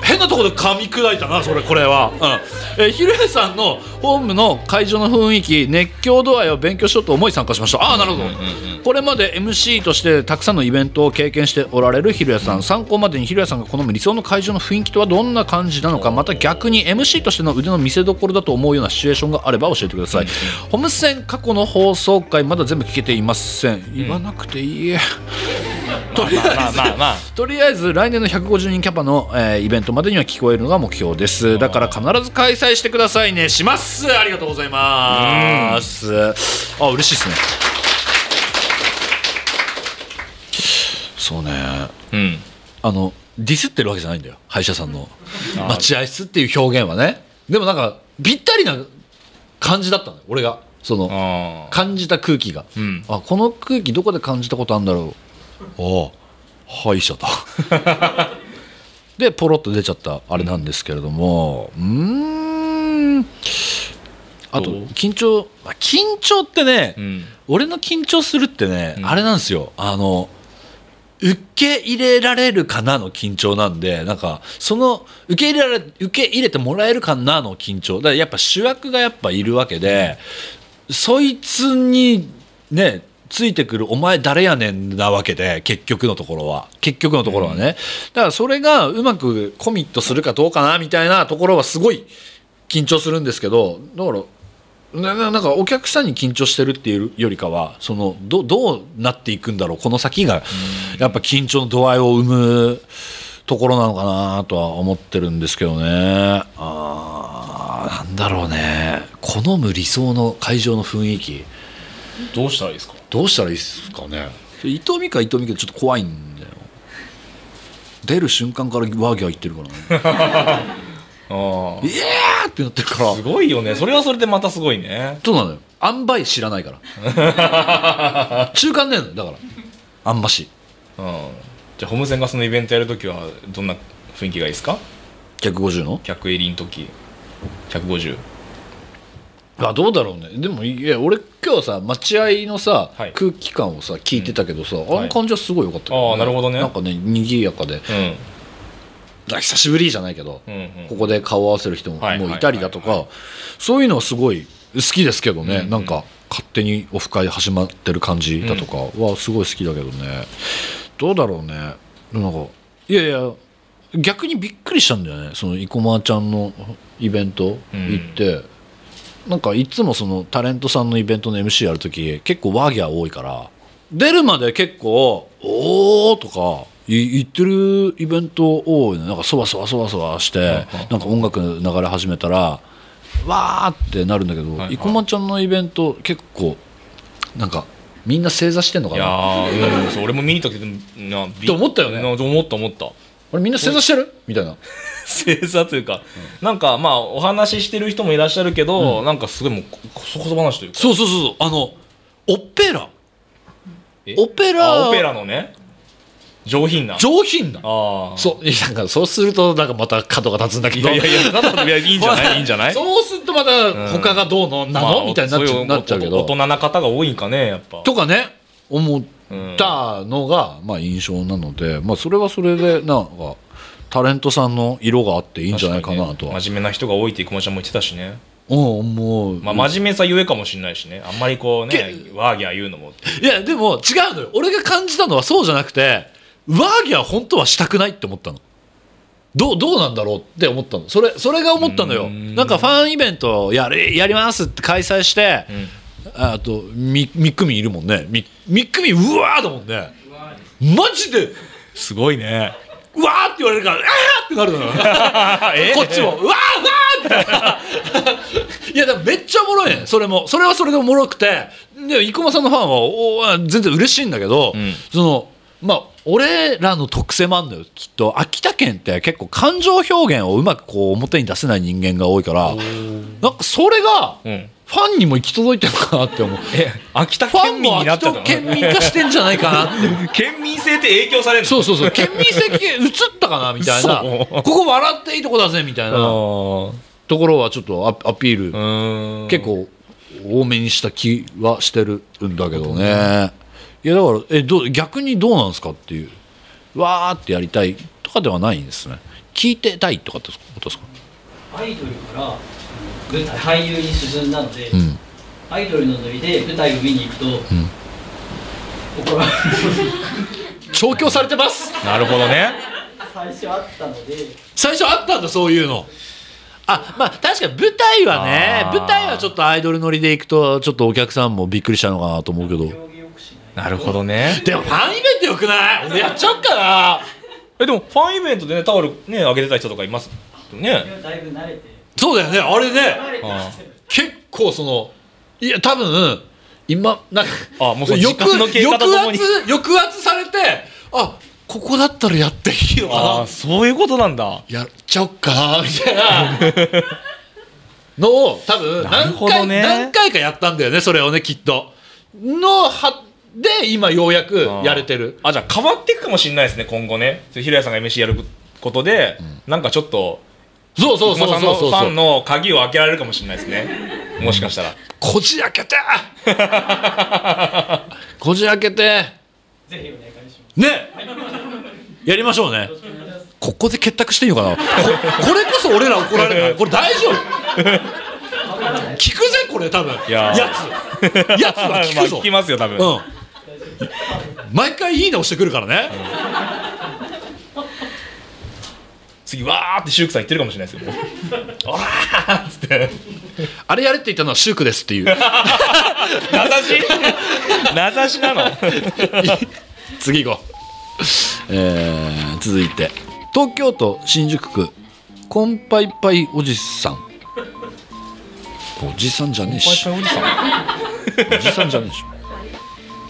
変なところで噛み砕いたなそれこれは、うんえー、ひろやさんのホームの会場の雰囲気熱狂度合いを勉強しようと思い参加しましたああなるほど、これまで MC としてたくさんのイベントを経験しておられるひろやさん、参考までにひろやさんが好む理想の会場の雰囲気とはどんな感じなのかまた逆に MC としての腕の見せどころだと思うようなシチュエーションがあれば教えてください、ホームセン過去の放送回まだ全部聞けていません言わなくていい、とりあえず <laughs>
まあまあまあ
とりあえず来年の150人キャパの、えーイベントまでには聞こえるのが目標ですだから必ず開催してくださいねしますありがとうございますあ嬉しいですねそうね
うん
あのディスってるわけじゃないんだよ歯医者さんの待合室っていう表現はねでもなんかぴったりな感じだったのよ俺がその
あー
感じた空気が、
ん
あこの空気どこで感じたことあるんだろうああ歯医者
<laughs>
だでポロッと出ちゃったあれなんですけれどもうーんあと
どう
緊張あ緊張ってね、
うん
俺の緊張するってね、
うん
あれなんですよあの受け入れられるかなの緊張なんでなんかその受け入れられ受け入れてもらえるかなの緊張だからやっぱ主役がやっぱいるわけで、そいつにねついてくるお前誰やねんなわけで結局のところは結局のところはね、だからそれがうまくコミットするかどうかなみたいなところはすごい緊張するんですけどだからなななんかお客さんに緊張してるっていうよりかはそのどどうなっていくんだろうこの先がやっぱ緊張の度合いを生むところなのかなとは思ってるんですけどねあーなんだろうね好む理想の会場の雰囲気
どうしたらいいですか
どうしたらいいですかね伊藤美香は伊藤美香でちょっと怖いんだよ出る瞬間からワーギャー言ってるからね
あ
イエーってなってるから
あすごいよねそれはそれでまたすごいね
そうなのよ。あんばい知らない <laughs> から。中間ねえのよだから。あんまし。
うんじゃあホームセンがそのイベントやるときはどんな雰囲気がいいですか
150の
客入りの時150
あどうだろうねでもいや俺今日さ待合のさ、
はい
空気感をさ聞いてたけどさ、あ
は
の
い
感じはすごい良かったけ
あーなるほどね
なんかね賑やかであ久しぶりじゃないけど、
うんうん
ここで顔を合わせる人も
はい
もういたりだと
はいは
かそういうのはすごい好きですけどね、
うんうん
なんか勝手にオフ会始まってる感じだとかはすごい好きだけどね、どうだろうねなんかいやいや逆にびっくりしたんだよねその生駒ちゃんのイベント行って、なんかいつもそのタレントさんのイベントの MC やる時結構ワーギャー多いから出るまで結構「おー」とかい言ってるイベント多いのなんかそわそわそわそわして
うんうん
なんか音楽流れ始めたら「わー」ってなるんだけ
いは
ど
い
生駒ちゃんのイベント結構なんかみんな正座してんの
い
か
や
な
ー、うん、そう俺も見に行ったけどな
って思ったよね
な思った思った
俺みんな正座してるみたいな
正座というか、なんかまあお話ししてる人もいらっしゃるけど、なんかすごいもうここそこそ話というか
そうそうそうそうあのオペラ
え
オペ
あ
ラ
オペラのね上品な
上品な
ああ
そういやなんかそうするとなんかまた角が立つんだけ
い
ど
やいやいやだからいやいいんじゃないいいんじゃない
そうするとまた他がどうの、なの、
まあ
みたいになっち
そう
ゃ
いう
なっちゃうけ
おお
ど
大人な方が多いんかねやっぱ
とかね思ったのが、まあ印象なので、まあ、それはそれでなんかタレントさんの色があっていいんじゃないかなと
確
は、
にね真面目な人が多いって生駒ちゃんも言ってたしね、
うん思う、
まあ、真面目さゆえかもしれないしねあんまりこうねワーギャー言うのもっていう
いやでも違うのよ俺が感じたのはそうじゃなくてワーギャー本当はしたくないって思ったのどうどうなんだろうって思ったのそれそれが思ったの
う
よ
ーん
なんかファンイベントやりやりますって開催して、
ん
ああとみ3組いるもんねみ3組うわーだもんねマジです
ごいね
うわーって言われるからあーってなるのよ
<laughs> え
こっちもうわーうわー
<laughs>
っていやでもめっちゃおもろいねそれもそれはそれでおもろくてで生駒さんのファンはおー全然嬉しいんだけど、
うん
そのまあ俺らの特性もあるのよきっと秋田県って結構感情表現をうまくこう表に出せない人間が多いからなんかそれが
うん
ファンにも行き届いてるかなって思う
え秋田
ファ
県
ン
民
も
にな
秋
っちゃっ
田
た
県民化してんじゃないかな <laughs> って
県民性って影響されるの
そうそうそう県民性映ったかなみたいな
嘘
ここ笑っていいとこだぜみたいな
あ
ところはちょっとアアピール、
ーうーん
結構多めにした気はしてるんだけどねいやだからえどう逆にどうなんですかっていうわーってやりたいとかではないんですね聞いてたいとかってことですか、
アイドルから舞台俳優に進んだので、
うん、
アイドルのノリで舞台を見に行くと、怒られ
調教されてます
なるほどね
<laughs> 最初あったので
最初あったんだそういうのあまあ確かに舞台はね
あー
舞台はちょっとアイドル乗りで行くとちょっとお客さんもびっくりしたのかなと思うけど
競技よくしない
なるほどね
でもファンイベントよくない俺やっちゃおっかな
えでもファンイベントでねタオルねあげてた人とかいますよ
それ
ね
はだいぶ慣れて
そうだよねあれね
慣れてきてる
結構そのいや多分今なんか
あもうその時
抑
間の経過とともに
抑圧抑圧されてあここだったらやっていいの
あ
か
あそういうことなんだ
なやっちゃおっかなみたいな
<laughs>
のを多分
なる
何
ほ
回,、
どね
何回かやったんだよねそれをねきっとのはで今ようやくやれてる
あじゃあ変わっていくかもしれないですね今後ね平谷さんが MC やることで、なんかちょっと
そうそう
生
そう
駒
そ
さ
うんそう
のファンの鍵を開けられるかもしれないですねもしかしたら
こじ開けて <laughs> こじ開けて
ぜひお願いしま
ねやりましょうね
すよろしくお願いします
ここで結託していいのかなここれこそ俺ら怒られないこれ大丈夫聞くぜこれ多分
いや
や
ー
つやつは聞く
ま
ぞ
あ聞きますよ多分、
うん毎回いいね押してくるからね
次わーってシュークさん言ってるかもしれないですよもうおらーっつって
あれやれって言ったのはシュークですっていう
<laughs> 名指し名指しなの
次行こう、えー続いて東京都新宿区コンパイパイおじさんおじさんじゃねえし
おじさん
おじさんじゃねえし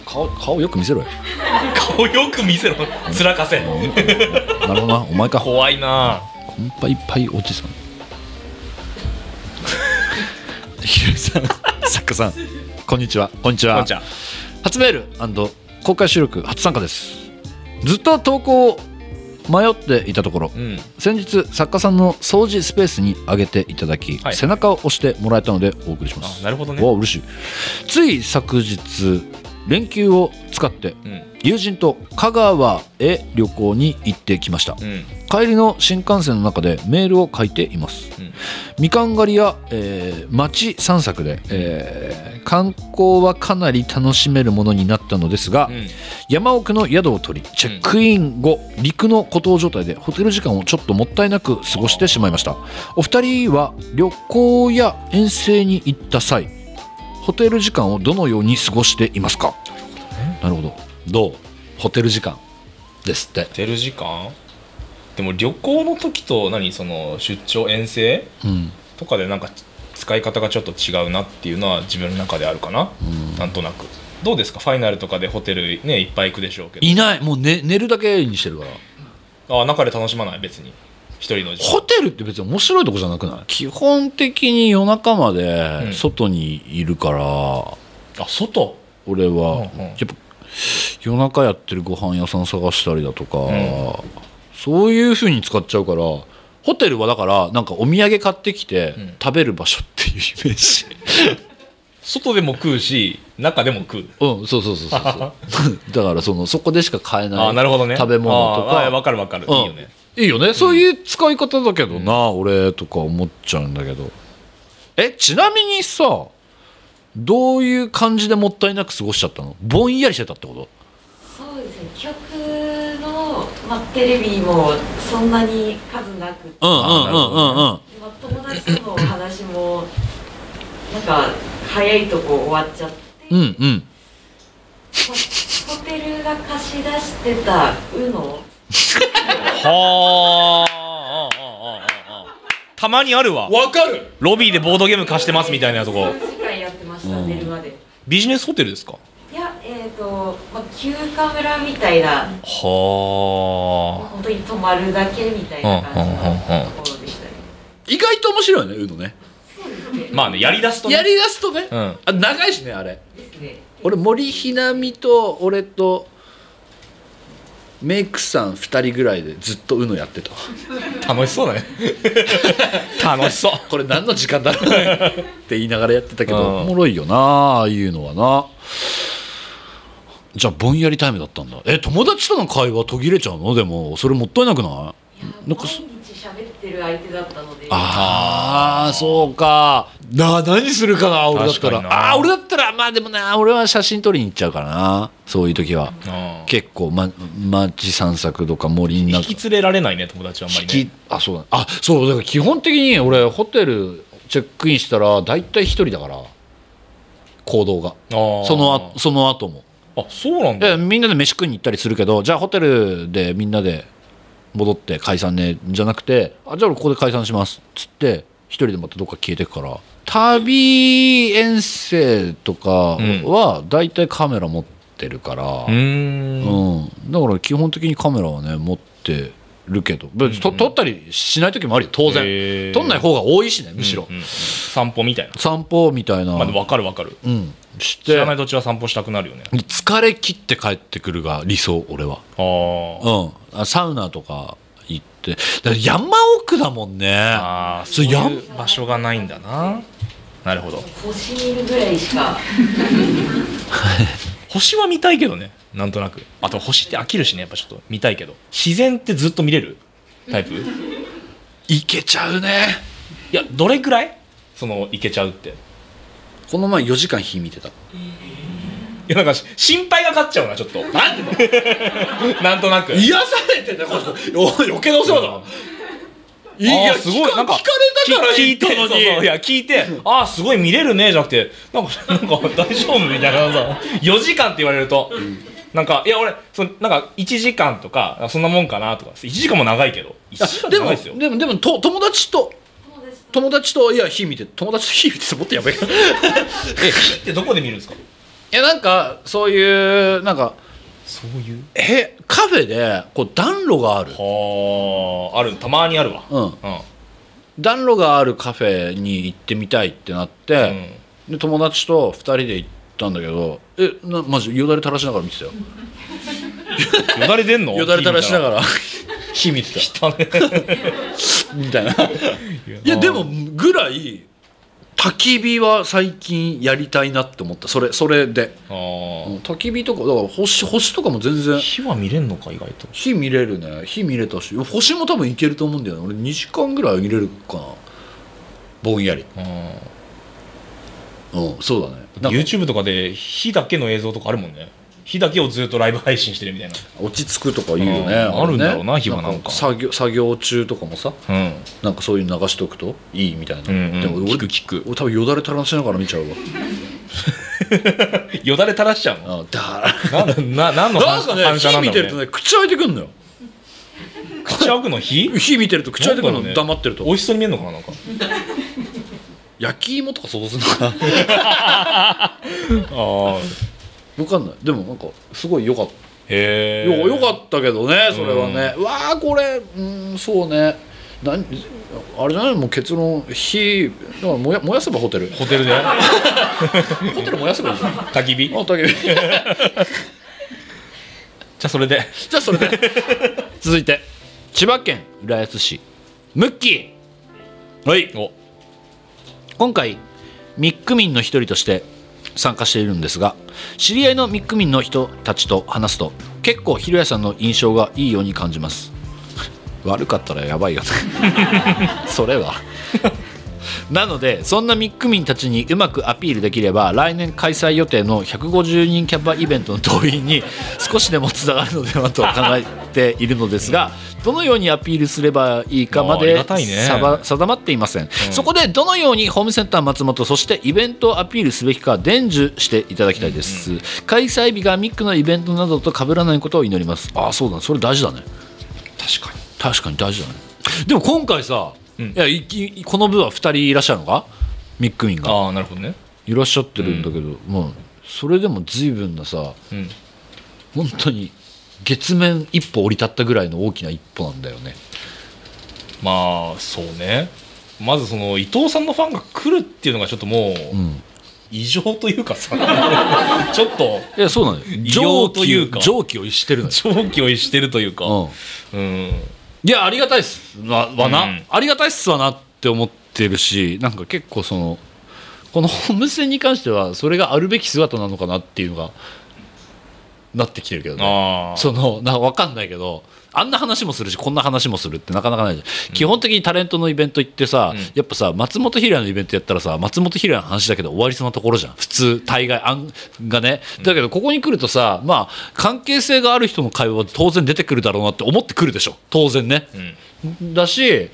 顔顔よく見せろよ
顔よく見せろつらかせ
なるほどなお前か
怖いな
コンパイパイおじさん <laughs> ひろゆきさん作家さんこんにちはこんにちは
こんちゃん
初メール公開収録初参加ですずっと投稿を迷っていたところ
うん
先日作家さんの掃除スペースに上げていただき、
はい
背中を押してもらえたのでお送りします
あなるほどね
わあ嬉しいつい昨日連休を使って
うん
友人と香川へ旅行に行ってきました、
うん
帰りの新幹線の中でメールを書いています、
うん
みかん狩りや、えー街散策で、えー観光はかなり楽しめるものになったのですが、
うん
山奥の宿を取りチェックイン後、陸の孤島状態でホテル時間をちょっともったいなく過ごしてしまいましたお二人は旅行や遠征に行った際ホテル時間をどのように過ごしていますかなるほど,、どうホテル時間ですって、
出る時間でも旅行の時と何その出張遠征
うん、
とかでなんか使い方がちょっと違うなっていうのは自分の中であるかな、なんとなくどうですかファイナルとかでホテルねいっぱい行くでしょうけど
いないもう、ね、寝るだけにしてるから
ああ中で楽しまない別に一人の時間
ホテルって別に面白いとこじゃなくない基本的に夜中まで外にいるから、
あ外
俺は、
うんうん
やっぱ夜中やってるご飯屋さん探したりだとか、
ん
そういうふうに使っちゃうからホテルはだからなんかお土産買ってきて
うん
食べる場所っていうイメー
<laughs>
ジ、
外でも食うし中でも食う
うん、そうそうそうそうそう
<laughs>
だからそのそこでしか買えない
ああなるほどね
食べ物と
ああああわ
か
かるわかる、
うん
いいよね
いいよねそういう使い方だけどな、俺とか思っちゃうんだけどえちなみにさどういう感じでもったいなく過ごしちゃったのぼんやりしてたってこと
そうですね曲の、まあ、テレビもそんなに数なくて、
うんうん
あなる
う
ほ
んうんうん
まあ、友達とのお話もなんか早いとこ終わっちゃって、
うん
ま
うん
あホテルが貸し出してた UNO
はあああああああたまにあるわ
わかる
ロビーでボードゲーム貸してますみたいなとこ
3時間やってました、
うん
寝るまで
ビジネスホテルですか
いやえっ、と、まあ、休暇村みたいな
は
本当に泊まるだけみたいな感じのところでしたね、
意外と面白いよね、うのね。
そうです
あ
ね
まあねやりだすとね
やりだすとね、
うん
あ長いしね、あれ。
ですね
俺、森ひなみと、俺と、メイクさん2人ぐらいでずっとうのやってた。
楽しそうだね楽しそう
<laughs> これ何の時間だろう
<laughs>
ねって言いながらやってたけど、
うん
おもろいよな、ああいうのはな。じゃあ、ぼんやりタイムだったんだ。え、友達との会話途切れちゃうのでも、それもったいなくない
いや
なん
毎
かそ
日喋ってる相手だったので
ああそうかな何するかな俺だったら
確かにな
ああー俺だったらまあでもな俺は写真撮りに行っちゃうからなそういう時は
あー
結構、ま、街散策とか森の
<laughs> 引
中
き連れられないね友達はあんまり
引
ね
きあそうだあそうだから基本的に俺ホテルチェックインしたら大体一人だから行動が
そ
そのあその後も
あそうなん
で
だ
みんなで飯食いに行ったりするけどじゃあホテルでみんなで戻って解散ねじゃなくてあじゃあ俺ここで解散しますっつって一人でまたどっか消えてくから旅遠征とかは大体カメラ持ってるから、
うーん
うん、だから基本的にカメラはね持ってるけど別にと撮ったりしない時もあるよ当然
然
撮んない方が多いしねむしろ、
散歩みたいな
散歩みたいな、
まあでも分かる分かる
うん、して
知らない土地は散歩したくなるよね
疲れ切って帰ってくるが理想俺は。
あ
うん、あサウナとか行ってだから山奥だもんね
ああー
そ
そうう
やん
いう場所がないんだななるほど
星にいるぐらいしか
星は見たいけどねなんとなくあと星って飽きるしねやっぱちょっと見たいけど自然ってずっと見れるタイ <laughs> プい
行けちゃうね
やどれくらいその行けちゃうってい
この前4時間火見てた
やなんかし心配が勝っちゃうなちょっとなん <laughs> なんとなく
癒されてんだこの余計なお世話だい
あ
や
ーすごい
聞か
なんか
聞かれたから
聞聞
言
い
った
て
の
そう
に
そういや聞いてああすごい見れるねじゃなくてなんか <laughs> なんか大丈夫みたいなさ4時間って言われると、なんかいや俺そのなんか1時間とかそんなもんかなとか1時間も長いけど1時間
で
長
も
いですよ
でもでもと友達と
友達と
友達といや火見て友達と火見ててもっとやばい <laughs> い
え火ってどこで見るんですか
やなんかそういうなんか
そういう
えカフェでこう暖炉がある
はああるたまにあるわ
うん暖炉があるカフェに行ってみたいってなって、で友達と2人で行ったんだけどえなマジよだれ垂らしながら見てたよ
よだれ出んの
よだれ垂らしなが
ら
ら
秘密だ汚ね
<laughs> みたいないやでもぐらい焚き火は最近やりたいなって思ったそれそれで
あー
焚き火とかだから星星とかも全然
火は見れんのか意外と
火見れるね火見れたし星も多分いけると思うんだよね俺2時間ぐらい見れるかなぼんやり
うん
うんそうだねなんか
YouTube とかで火だけの映像とかあるもんね火だけをずっとライブ配信してるみたい
落ち着くとか言うよね
うん
れね
あるんだろうな火はなんか
作業作業中とかもさ
な
なんかそういうの流しておくといいみたいな、
うんうん
でも俺
聞く聞く
俺多分よだれ垂らしながら見ちゃうわ
うんよだれ垂らしちゃうの
あだ
なん <laughs> ななんの
なん
反
か
射
ね
反射
火
なん
見
だ
て
ろ
る
う
と
ね
ね口開いてくんのよ
口開くの火
火見てると口開いてくんの、
なんだろうね
黙ってる
美
と
味しそうに見えんのかななんか
焼き芋とか想像するのかな
ああ
わかんないでもなんかすごい良かった
へえ
よよかったけどねそれはね、うわあこれうんそうねなんあれじゃないもう結論火だから燃や燃やせばホテル
ホテルで
ホテル燃やせばいいじゃんあ
焚き火じゃ
竹内 <laughs> じゃ
あそれで
あそれで続いて千葉県浦安市ムッキーはい
お
今回ミックミンの一人として参加しているんですが知り合いのミックミンの人たちと話すと結構ひろやさんの印象がいいように感じます悪かったらやばいよね <laughs> それはなのでそんなミックミンたちにうまくアピールできれば来年開催予定の150人キャパイベントの動員に少しでもつながるのではと考えているのですがどのようにアピールすればいいかま
ああり
で
がたいね
さば定まっていません、そこでどのようにホームセンター松本そしてイベントをアピールすべきか伝授していただきたいです、開催日がミックのイベントなどと被らないことを祈りますああそうだねそれ大事だね
確かに
確かに大事だねでも今回さ、
うん
いやいきこの部は2人いらっしゃるのかミックミンが
ああなるほどね
いらっしゃってるんだけど、もうそれでも随分なさ
うん
本当に月面一歩降り立ったぐらいの大きな一歩なんだよね
まあそうねまずその伊藤さんのファンが来るっていうのがちょっともう
うん
異常というかさ <laughs> ちょっと
いやそうなのよ
異様というか
蒸気を逸してるのよ
長期を逸してるというか
うん
うん
いやありがたいっすわわな、
うん
ありがたいっすわなって思ってるしなんか結構そのこのホームセンに関してはそれがあるべき姿なのかなっていうのがなってきてるけどね
ああ
そのな分かんないけどあんな話もするしこんな話もするってなかなかないじゃん、基本的にタレントのイベント行ってさ、
うん
やっぱさ松本ひらのイベントやったらさ松本ひらの話だけど終わりそうなところじゃん普通大概案がねだけどここに来るとさまあ関係性がある人の会話は当然出てくるだろうなって思ってくるでしょ当然ね、
うん
だし、だ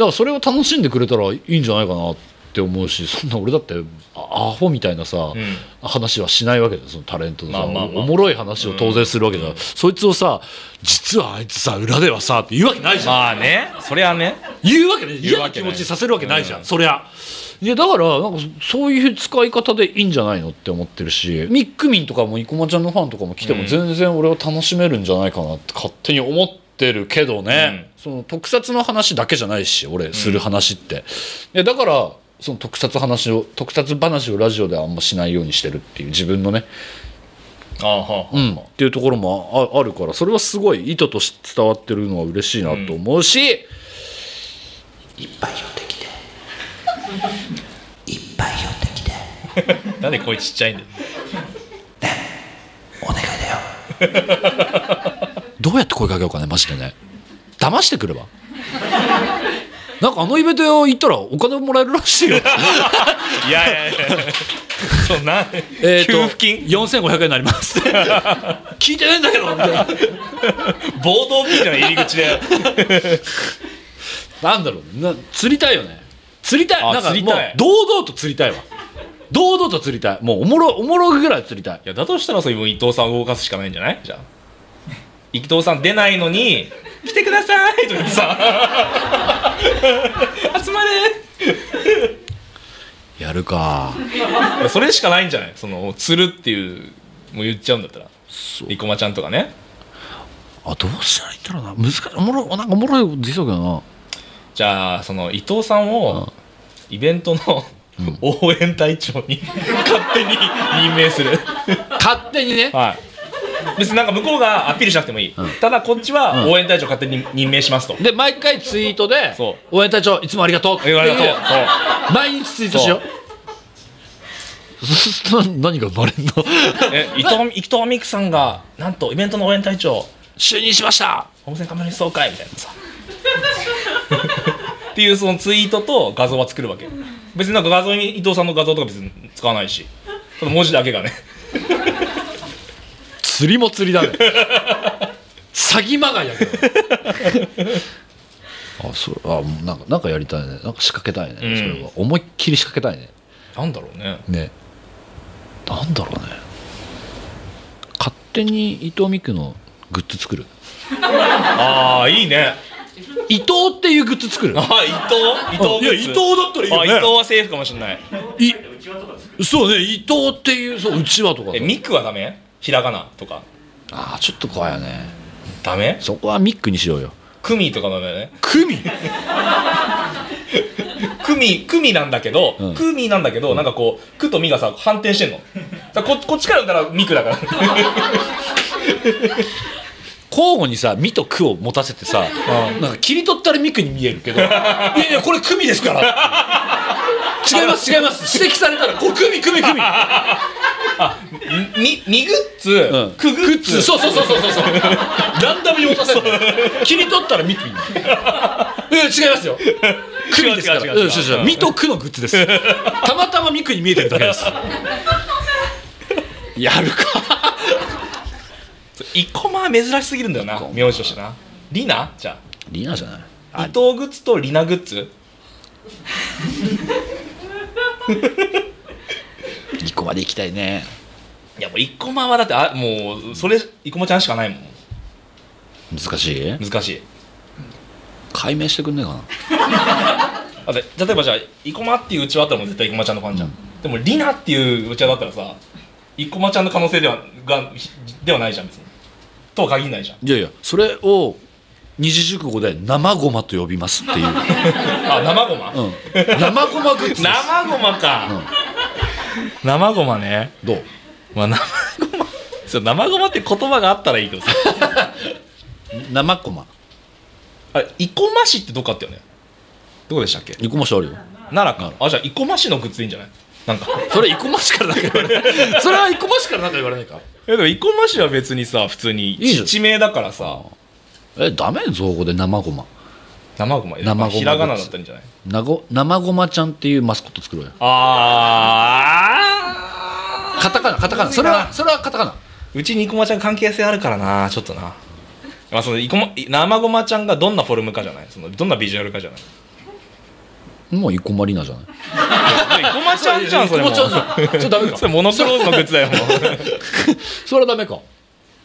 からそれを楽しんでくれたらいいんじゃないかなって思うしそんな俺だってあアホみたいなさ、
うん
話はしないわけだよそのタレントのさ、
まあまあまあ
おおもろい話を当然するわけだ、そいつをさ実はあいつさ裏ではさって言うわけないじゃん、
まあねそりゃね
言うわけね
言
嫌
うわ
な
け
気
ない
持ちさせるわけないじゃん、そりゃいやだからなんかそそういう使い方でいいんじゃないのって思ってるしミックミンとかも生駒ちゃんのファンとかも来て
う
も
ん
全然俺は楽しめるんじゃないかなって勝手に思ってるけどね、その特撮の話だけじゃないし俺する話って、いやだからその特撮話を特撮話をラジオではあんましないようにしてるっていう自分のね
ああはあ、
うん、っていうところもああるからそれはすごい意図として伝わってるのは嬉しいなと思うし、
なんで声ちっちゃいんだよ
どうやって声かけようかねマジでね騙してくれば <laughs> なんかあのイベント行ったらお金もらえるらしい <laughs> よ
いやいやいやそんな
えーと
給付金
4500円になります <laughs> 聞いてねえんだけどみたいな
暴動みたいな入り口で
なんだろうな釣りたいよね釣りたい
あ
なんかも
釣
う
りたい
堂々と釣りたいわ堂々と釣りたいもうおもろおもろぐらい釣りたい
いやだとしたらそういう伊藤さんを動かすしかないんじゃないじゃあ伊藤さん出ないのに「来てください」とか言ってさ <laughs> 「集まれ!」
やるか
いやそれしかないんじゃないその釣るっていうもう言っちゃうんだったら
そう
生駒ちゃんとかね
あどうしたらいいんだろうな難しいおもろなんかおもろいことできそうだけどな
じゃあその伊藤さんをイベントの、応援隊長に勝手に任命する
勝手にね
はい別になんか向こうがアピールしなくてもいい、ただこっちは応援隊長勝手に任命しますと、
で毎回ツイートで
そ
「応援隊長いつもありがとう」ってい
言われたとそう
う毎日ツイートしようそうすると何がバレんの
え伊藤伊藤美久さんがなんとイベントの応援隊長
就任しました
温泉冠総会みたいな <laughs> さっていうそのツイートと画像は作るわけ別になんか画像に伊藤さんの画像とか別に使わないしその文字だけがね
釣りも釣りだね詐欺まがいやけど <laughs> あそれあもうなんかなんかやりたいねなんか仕掛けたいね、
うん
それは思いっきり仕掛けたいね
なんだろうね
ねなんだろうね勝手に伊藤美久のグッズ作る
ああいいね
伊藤っていうグッズ作る
ああ伊藤伊藤
いや伊藤だったらいいよ
あ伊
ね
藤はセーフかもしれない
そうね伊藤っていうそううちわとか
えミクはダメひらがなとか
ああちょっと怖いよね
ダメ
そこはミックにしようよ
クミとかダメだよね
クミ
クミクミなんだけど、
うん
クミなんだけどなんかこうクとミがさ反転してんのだからここっちからだからミクだから
交互にさ「ミ」と「ク」を持たせてさなんか切り取ったらミクに見え <laughs> るけど「いやいやこれクミです <laughs> から」違います違います指摘されたら「これクミクミクミ」
ミミグッツ、
うん
クグッツ
そうそうそうそうそうそうランダムに持たせる <laughs> 切り取ったらミクにいや違いますよクミですから
違う
う
違う違う違う
んそうそうミとクのグッズ <laughs> ですたまたまミクに見えてるだけです <laughs> やるか
イコマは珍しすぎるんだよな
コマ
名字としてなリナじゃ
リナじゃない
あ伊藤グッズとリナグッズ
2個まで行きたいね
いやもうイコマはだってあもうそれイコマちゃんしかないもん
難しい
難しい
解明してくんねえかな
だって例えばじゃあイコマっていううちわだったらもう絶対イコマちゃんのファンじゃん、でもリナっていううちわだったらさイコマちゃんの可能性ではがひではないじゃん別にとは限らないじゃん
いやいやそれを二字熟語で生ごまと呼びますっていう、
あ生ごま、
うん、生ごまグッズです
生ごまか、生ごまね
どう
まあ生ごまそう生ごまって言葉があったらいいけ
<laughs>
どさ
生こま
あれ生駒市ってどっかあったよねどこでしたっけ
生駒市あるよ
奈良か、あじゃあ生駒市のグッズでいいんじゃないなんか <laughs>
それ生駒市からなんか言われない <laughs> それは生駒市からなんか言われないか
えでも生駒市は別にさ普通に
いいじゃん
地名だからさ
えダメ造語で生ごま
生ごま
生ごま
ひらがなだったんじゃない
なご生ごまちゃんっていうマスコット作ろうよ
あ
カタカナカタカナそれはそれはカタカナ
ーうちに生駒ちゃん関係性あるからなちょっとなまあその生駒生駒ちゃんがどんなフォルムかじゃないそのどんなビジュアルかじゃない
もう生駒里奈じゃない
<laughs> 生駒ちゃんじゃんそれも
生駒ちゃんじゃんちょっとダメか
<laughs> それモノクローズのグッズだよもう
<laughs> それはダメか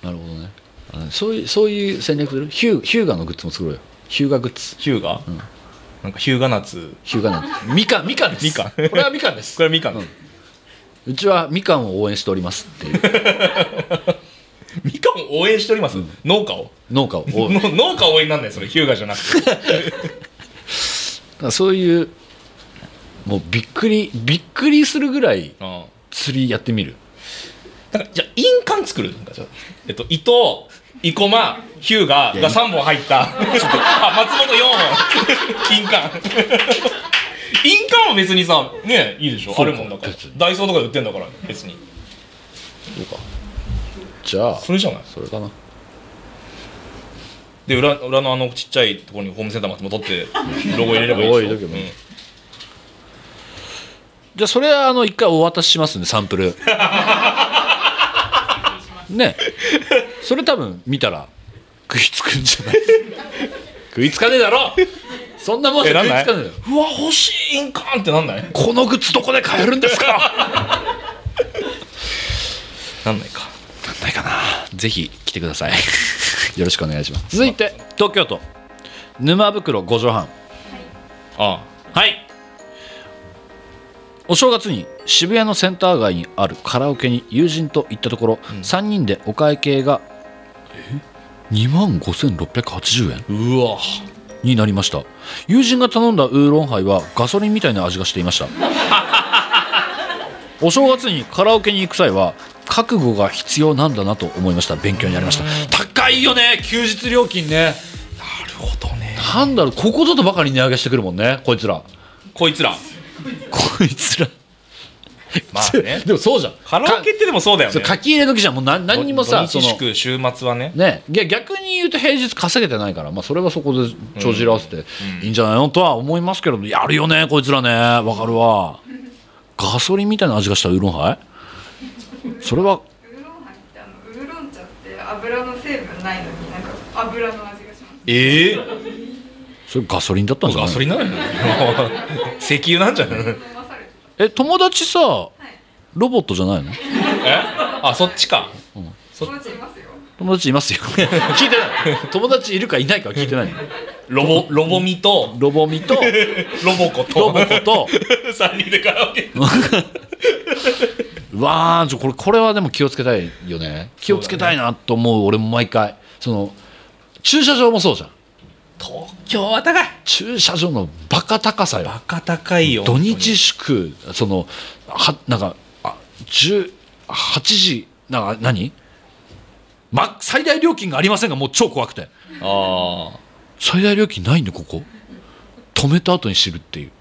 なるほどねあのそういうそういう戦略するヒューヒューガのグッズも作ろうよヒューガグッズ
<laughs> ヒューガ、なんかヒューガナツ
ヒューガなんてみかんみかんです
みかん
これはみかんです
これみかん、
うんうちはみかんを応援しておりますって <laughs> いう
みかんを応援しております、農家を
農家を応援
の農家応援なんだよそれヒューガじゃなく <laughs> て
だからそういうもうびっくりびっくりするぐらい
うん
釣りやってみる
なんかじゃあ印鑑作るなんかじゃあえっと伊藤生駒ヒューガ
いや
が3本入ったあ松本4本印鑑印鑑は別にさねいいでしょ
そ
あ
うか
るもんだから
別に
ダイソーとかで売ってんだから別に
じゃあ
それじゃない
それかな
で裏裏のあのちっちゃいところにホームセンター松本ってロゴ入れればいい
ロゴ
で
入
し
れ
ょ
とけば
う
いい
ん
じゃあそれはあの一回お渡ししますねサンプ <laughs> ルねそれ多分見たら食いつくんじゃない食いつかねえだろそんなもんじゃ
えなん
食い
ない
つかねえだろ
うわ欲しい印鑑ってなんない
このグッズどこで買えるんですか
なんないか
なんないかなぜひ来てくださいよろしくお願いします続いて東京都沼袋五畳半
ああはい
お正月に渋谷のセンター街にあるカラオケに友人と行ったところ、3人でお会計が2万5680円
うわ
になりました友人が頼んだウーロンハイはガソリン <laughs> みたいな味がしていましたお正月にカラオケに行く際は覚悟が必要なんだなと思いました勉強になりました高いよね休日料金ね
なるほどね
なんだろうここぞとばかり値上げしてくるもんねこいつら
こいつら
こいつら
まあ
<laughs>
ね
でもそうじゃん
カラオケってでもそうだよ
そ
ね
う書き入れ時じゃんもう何何にもさ
土
そ
日
の
祝週末はね
ね、いや逆に言うと平日稼げてないから、まあ、それはそこで帳尻合わせていいんじゃないのとは思いますけどやるよねこいつらねわかるわガソリンみたいな味がしたウーロンハイそれは
ウーロンハイってあのウーロン茶って油の成分ないのになんか油の味がします。
ええー、
それガソリンだったんじゃな
ガ
い
ソリンなの <laughs> よ石油なんじゃないの
飲まされてた。
え友達さロボットじゃないの
えあそっちか
友達いますよ。
友達いますよ <laughs> 聞いてない友達いるかいないかは聞いてない
ロボロボミと
ロボミと
ロボコと
ロ
<laughs>
ボコと
3人でカラオケ
うわあじゃあこれこれはでも気をつけたいよね気をつけたいなと思う俺も毎回その駐車場もそうじゃん
東京は高い
駐車場のバカ高さよ
バカ高いよ
土日祝そのはなんかあ10 8時なんか何、ま、最大料金がありませんがもう超怖くて
あ
最大料金ないんでここ止めた後に知るっていう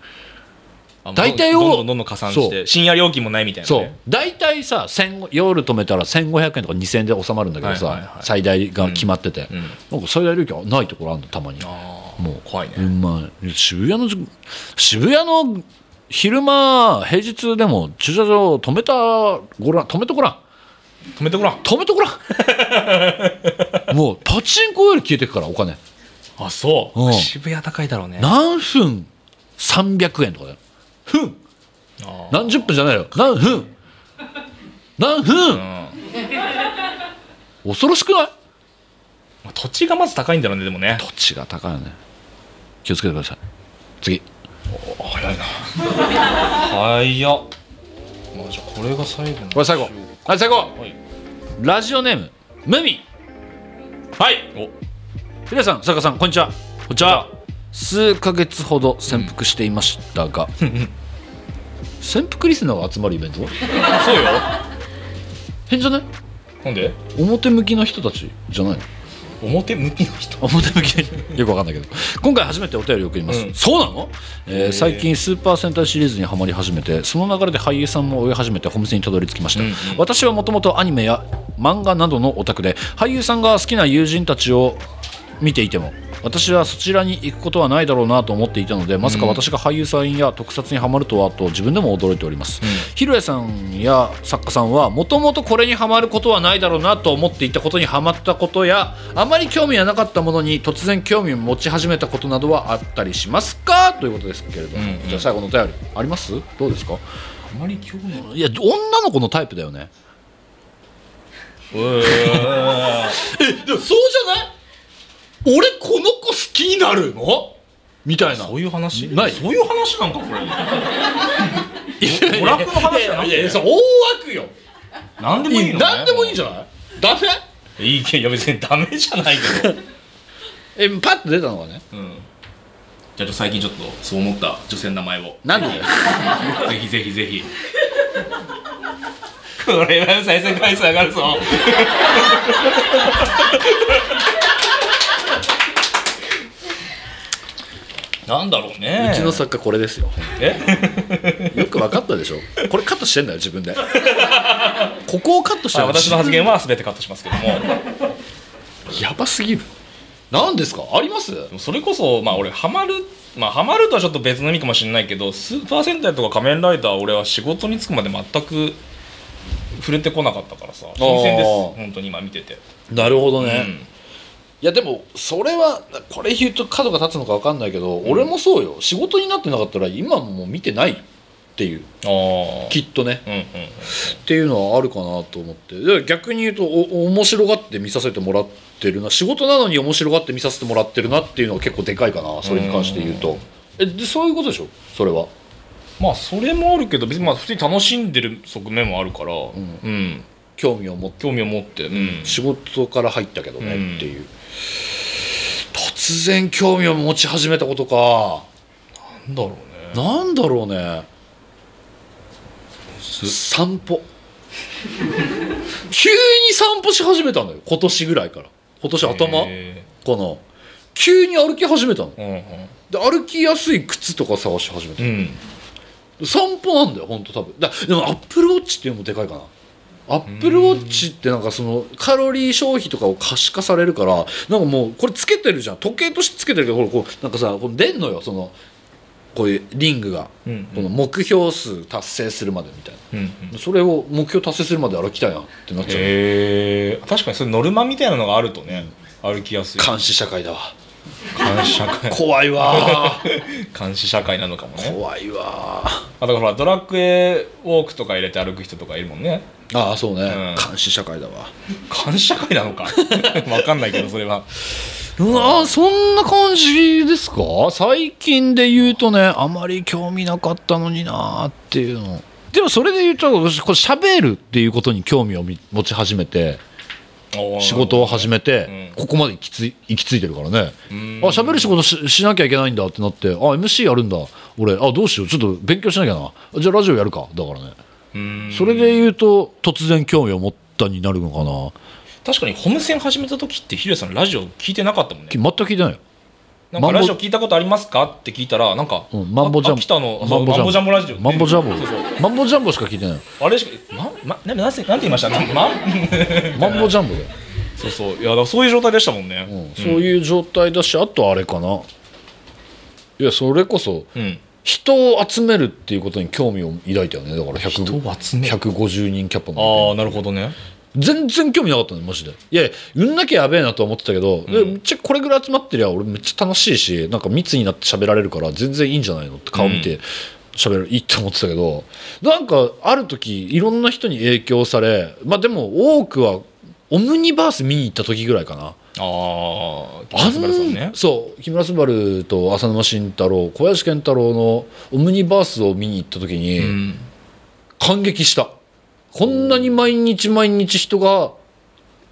あ
大体を
どんどんどんどん加算し
そ
て深夜料金もないみたいな、ね、
そう大体さ1500夜止めたら1500円とか2000円で収まるんだけどさ、
はいはいはい
最大が決まってて、
うん
なんか最大料金ないところあるのたまに
あ
もう
怖いね
うまい渋谷のじ渋谷の昼間平日でも駐車場止めたごらん止めてごらん
止めてごらん
止めてごら <laughs> んもうパチンコより消えてくからお金
あそう、
うん
渋谷高いだろうね
何分300円とかだよ分
あー
何十分じゃないよ何分何分、
うん
恐ろしくない
まあ土地がまず高いんだろうねでもね
土地が高いよね気をつけてください次
早いな早っ、まあ、じゃあこれが最後の
これ最後はい最後
はい
ラジオネームムミはい
お
ヒデさん、坂さん、こんにちは。こんにちは。数ヶ月ほど潜伏していました <laughs> が、潜伏リスナーが集まるイベント
そうよ
変じゃない
なんで
表向きの人たちじゃないの
表向きの人
表向きのよくわかんないけど今回初めてお便りを送ります、
うん
そうなの、えー
へー
最近スーパー戦隊シリーズにはまり始めてその流れで俳優さんも追い始めてお店にたどり着きました、
うんうん
私はもともとアニメや漫画などのオタクで俳優さんが好きな友人たちを見ていても私はそちらに行くことはないだろうなと思っていたのでまさか私が俳優さんや特撮にはまるとはと自分でも驚いております、ひろやさんや作家さんはもともとこれにはまることはないだろうなと思っていたことにはまったことやあまり興味がなかったものに突然興味を持ち始めたことなどはあったりしますかということですけれども、
うんうん
じゃあ最後のお便りありますどうですか
あまり興味ない
いや女の子のタイプだよねえでもそうじゃない俺この子好きになるのみたいな
そういう話
ない
そういう話なんかこれ娯楽の話じゃなく
いや
て
いやいやそう大枠よ
なんでもいいの、ね、
何でもいいんじゃないダメ
いいいけどいや別にダメじゃないけど、
えパッと出たのがね
うん、じゃあ最近ちょっとそう思った女性の名前を
なんでだよ
<laughs> ぜひぜひぜひこれは再生回数上が <laughs> るぞなんだろうね
うちの作家これです
<laughs>
よ
え
よく分かったでしょこれカットしてんだよ自分
<laughs>
でここをカットして
あ私の発言は全てカットしますけどもで
やばすぎる何ですかあります
もそれこそまあ俺ハマるまあハマるとはちょっと別の意味かもしれないけどスーパー戦隊とか仮面ライダー俺は仕事に就くまで全く触れてこなかったからさ新鮮です
あー
本当に今見てて、
なるほど
う
ね、い
ん
やでもそれはこれ言うと角が立つのか分かんないけど、俺もそうよ仕事になってなかったら今も見てないっていう
ああ
きっとね
うんうん
っていうのはあるかなと思ってで逆に言うとお面白がって見させてもらってるな仕事なのに面白がって見させてもらってるなっていうのが結構でかいかなそれに関して言うとえでそういうことでしょそれは
まあそれもあるけど別にまあ普通に楽しんでる側面もあるから、うんん
興味を持って
興味を持って、うん、
仕事から入ったけど
う
ね
ん
っていう、突然興味を持ち始めたことか
なんだろうね
なんだろうね散歩 <laughs> 急に散歩し始めたのよ今年ぐらいから今年頭か
へ
な急に歩き始めたの
ーうん
で歩きやすい靴とか探し始めた
うんうん
散歩なんだよ本当多分だでもアップルウォッチっていうのもでかいかなアップルウォッチってなんかそのカロリー消費とかを可視化されるからなんかもうこれつけてるじゃん時計としてつけてるけどほらこうなんかさこう出んのよそのこういうリングが、
うん
この目標数達成するまでみたい
うん
なそれを目標達成するまで歩きたいなってなっちゃう、
へえ確かにそういうノルマみたいなのがあるとね歩きやすい
監視社会だわ
監視 <laughs> 社会
怖いわー
<laughs> 監視社会なのかも <laughs> ね
怖いわー
あだからほらドラクエウォークとか入れて歩く人とかいるもんね
ああそうね、
うん
監視社会だわ
監視社会なのか <laughs> わかんないけどそれは
うわーそんな感じですか最近で言うとねあまり興味なかったのになーっていうのでもそれで言うと私これ喋るっていうことに興味をみ持ち始めて仕事を始めて、
う
ここまで行きつい行き着いてるからね、
うん
あ喋る仕事ししなきゃいけないんだってなってあ MC やるんだ俺あどうしようちょっと勉強しなきゃなじゃあラジオやるかだからね
うん
それで言うと突然興味を持ったになるのかな
確かにホームセン始めた時ってヒデさんラジオ聞いてなかったもんね
き全く聞いてないよ
なんか
マンボ
ラジオ聞いたことありますかって聞いたらなんか、
うんマンボジャンボ
秋田のそうマンボジャンボラジオ
マンボジャンボ
そうそう
マンボジャンボしか聞いて
<laughs>
ない
あれしかなまななんてなんて言い
<laughs>
ましたなま
マンボジャンボだよ、
そうそういやだからそういう状態でしたもんね、
うんそういう状態だしあとあれかないやそれこそ
うん
人を集めるっていうことに興味を抱いたよねだから100
人を集める
150人キャパの
ああなるほどね
全然興味なかったのマジでいやいやうんなきゃやべえなとは思ってたけど、でめっちゃこれぐらい集まってりゃ俺めっちゃ楽しいしなんか密になって喋られるから全然いいんじゃないのって顔見て喋る、いいって思ってたけどなんかある時いろんな人に影響されまあでも多くはオムニバース見に行った時ぐらいかな
ああ
あ
木村さんね
んそう木村昴と浅沼慎太郎小林健太郎のオムニバースを見に行った時に、
うん
感激したこんなに毎日毎日人が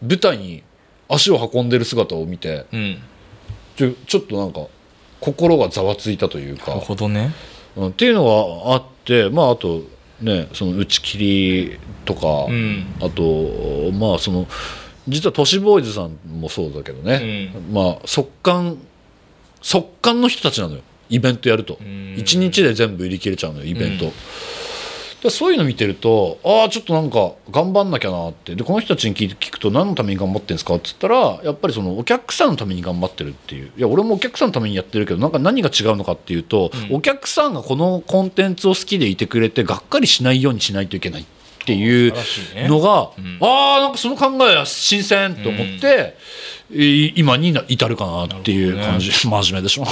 舞台に足を運んでる姿を見て
うん
ちょちょっとなんか心がざわついたという
なる
か、
ほどね
うん、っていうのがあってまああとねその打ち切りとか、
うん
あとまあその実は都市ボーイズさんもそうだけどね、まあ速乾速乾の人たちなのよイベントやると
ん
1日で全部売り切れちゃうのよイベント、でそういうの見てるとああちょっとなんか頑張んなきゃなってでこの人たちに聞いて聞くと何のために頑張ってんですかって言ったらやっぱりそのお客さんのために頑張ってるっていういや俺もお客さんのためにやってるけどなんか何が違うのかっていうと、お客さんがこのコンテンツを好きでいてくれてがっかりしないようにしないといけないっていう
素晴らしいね
のが、ああなんかその考えは新鮮と思って、い今にな至るかなっていう感じ、 <laughs> 真面目でしょ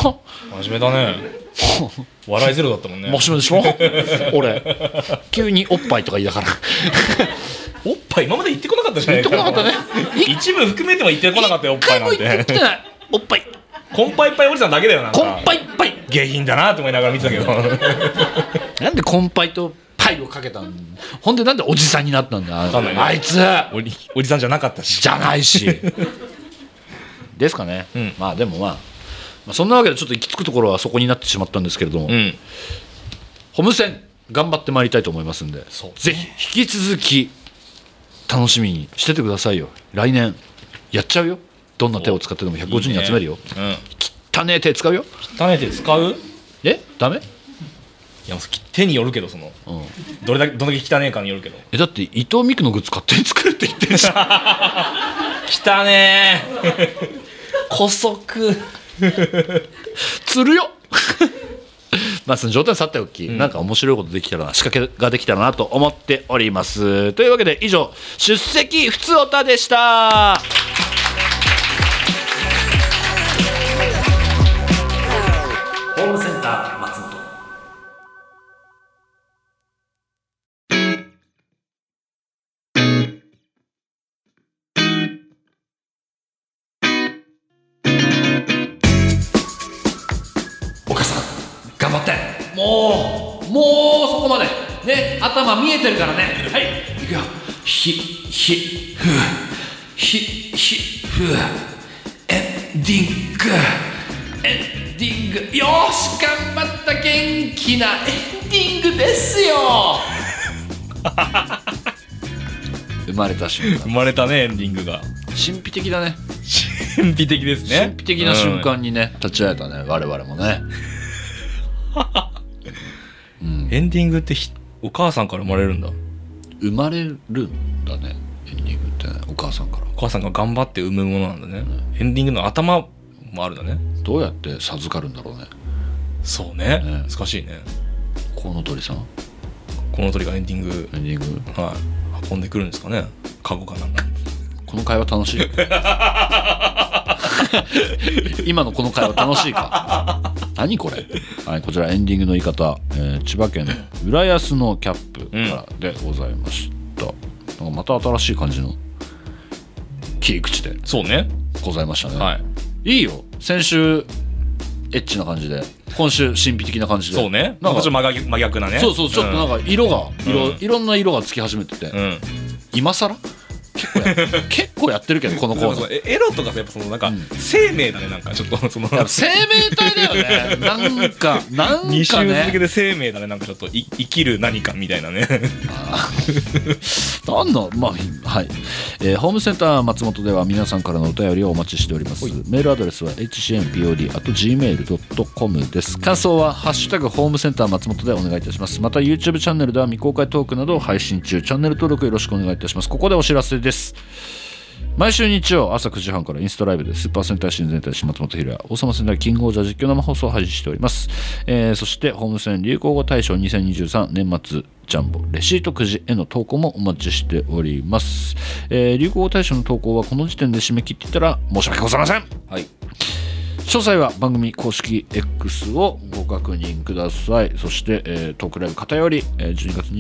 真面目だね笑いゼロだったもんね
真面目でしょ俺急におっぱいとか言いながら
おっぱい今まで言ってこなかったじゃない
言ってこなかったね
一部含めても言ってこなかったよおっ
一
ぱ
回
いな
も
ん
言ってきて
て
ないおっぱい
コンパいっぱいおじさんだけだよなんか
コンパイっぱい
下品だなと思いながら見てたけど
なんでコンパイとパイをかけたんほんでなんでおじさんになったんだ
かんないね
あいつ
おじおじさんじゃなかったし
じゃないしですかね、
ん
まあでもまあまあそんなわけでちょっと行き着くところはそこになってしまったんですけれども、
うん
ホームセン頑張ってまいりたいと思いますんで、
そう
ぜひ引き続き楽しみにしててくださいよ来年やっちゃうよどんな手を使ってでも150人集めるよ
うん
汚ねえ手使うよ
汚ねて使う
えダメ
いや手によるけどその、どれだけどんだけ汚ねえかによるけど
えだって伊藤美久のグッズ勝手に作るって言ってるし
汚ねえ古速
釣るよ <laughs> まあその状態はさておき、なんか面白いことできたらな仕掛けができたらなと思っておりますというわけで以上出席ふつおたでした
ホームセンター松本
岡さん頑張ってもうもうそこまでね頭見えてるからねはいいくよひひふうひひふうエンディングエンディングよーし頑張った元気なエンディングですよ <laughs> 生まれた瞬
生
間
まれたねエンディング <laughs> が
神秘的だね
神秘的ですね
神秘的な瞬間にね、立ち会えたね我々もね
うんエンディングってひお母さんから生まれるんだ
生まれるんだねエンディングってねお母さんから
お母さんが頑張って産むものなんだね、エンディングの頭もあるんだね
どうやって授かるんだろうね
そうね
ね
難しいね
コウノトリさん
この鳥がエンディング、
エンディング
はい、運んでくるんですかねカゴかなんか
この会話楽しい <laughs> 今のこの会話楽しいか何これ、はい、こちらエンディングの言い方、えー千葉県浦安のキャップからでございました、なんかまた新しい感じの切り口で
そうね
ございましたね、
はい
い、いよ先週エッチな感じで今週神秘的な感じで
そうね
な
なん
か
んかちょっと真逆真逆なね
そうそうちょっとなんか色が、
うん
色いろんな色がつき始めてて、
うん、うん
今更結構や
<laughs>
結構やってるけどこのコーナ
でも
ー
そのエエロとかさやっぱそのなんか、生命だねなんかちょっとそ <laughs> の
やっぱ生命体だよねなんかなん
二週
か
続け
ね
で生命だねなんかちょっとい生きる何かみたいなね
なんのまあはい、えーホームセンター松本では皆さんからのお便りをお待ちしておりますメールアドレスは hcnpod.gmail.com です感想は「ハッシュタグホームセンター松本」でお願いいたしますまた YouTube チャンネルでは未公開トークなどを配信中チャンネル登録よろしくお願いいたしますここでお知らせです毎週日曜朝9時半からインスタライブでスーパー戦隊新全体島本ひろや王様戦隊キングオージャー実況生放送を配信しております、えーそしてホームセン流行語大賞2023年末ジャンボレシートくじへの投稿もお待ちしております、えー流行語大賞の投稿はこの時点で締め切っていたら申し訳ございません
はい
詳細は番組公式 X をご確認くださいそして、えートークライブ偏り、えー12月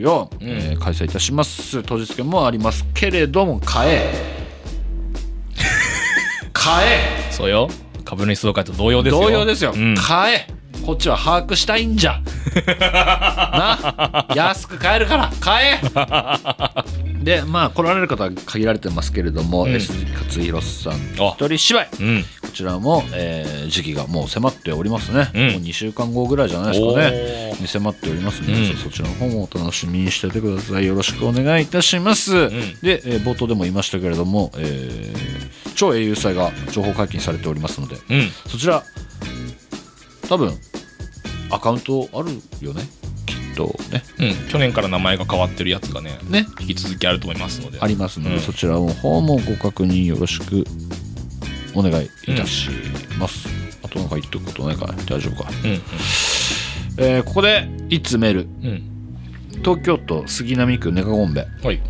2324、えー開催いたします当日券もありますけれども買え買え
<laughs> そうよ株主総会と同様ですよ
同様ですよ、
うん、
買えこっちは把握したいん
<laughs>
じゃな安く買えるから買え
<laughs>
でまあ来られる方は限られてますけれども、
ん
S 勝弘さん
あ
一人芝居
うん
こちらも、えー時期がもう迫っておりますね、
うん
もう2週間後ぐらいじゃないですか
お
ねに迫っておりますので、
うん
そそちらの方もお楽しみにしててくださいよろしくお願いいたします、で、えー冒頭でも言いましたけれども、えー超英雄祭が情報解禁されておりますので
うん
そちら多分アカウントあるよねきっとね
うん、去年から名前が変わってるやつがね
ね
引き続きあると思いますので
ありますので、
うん
そちらの方もご確認よろしくお願いいたします、あとなんか言っとくことないかな大丈夫か
うん
えーここで一通メール
うんうん
東京都杉並区ネカゴンベ、
はい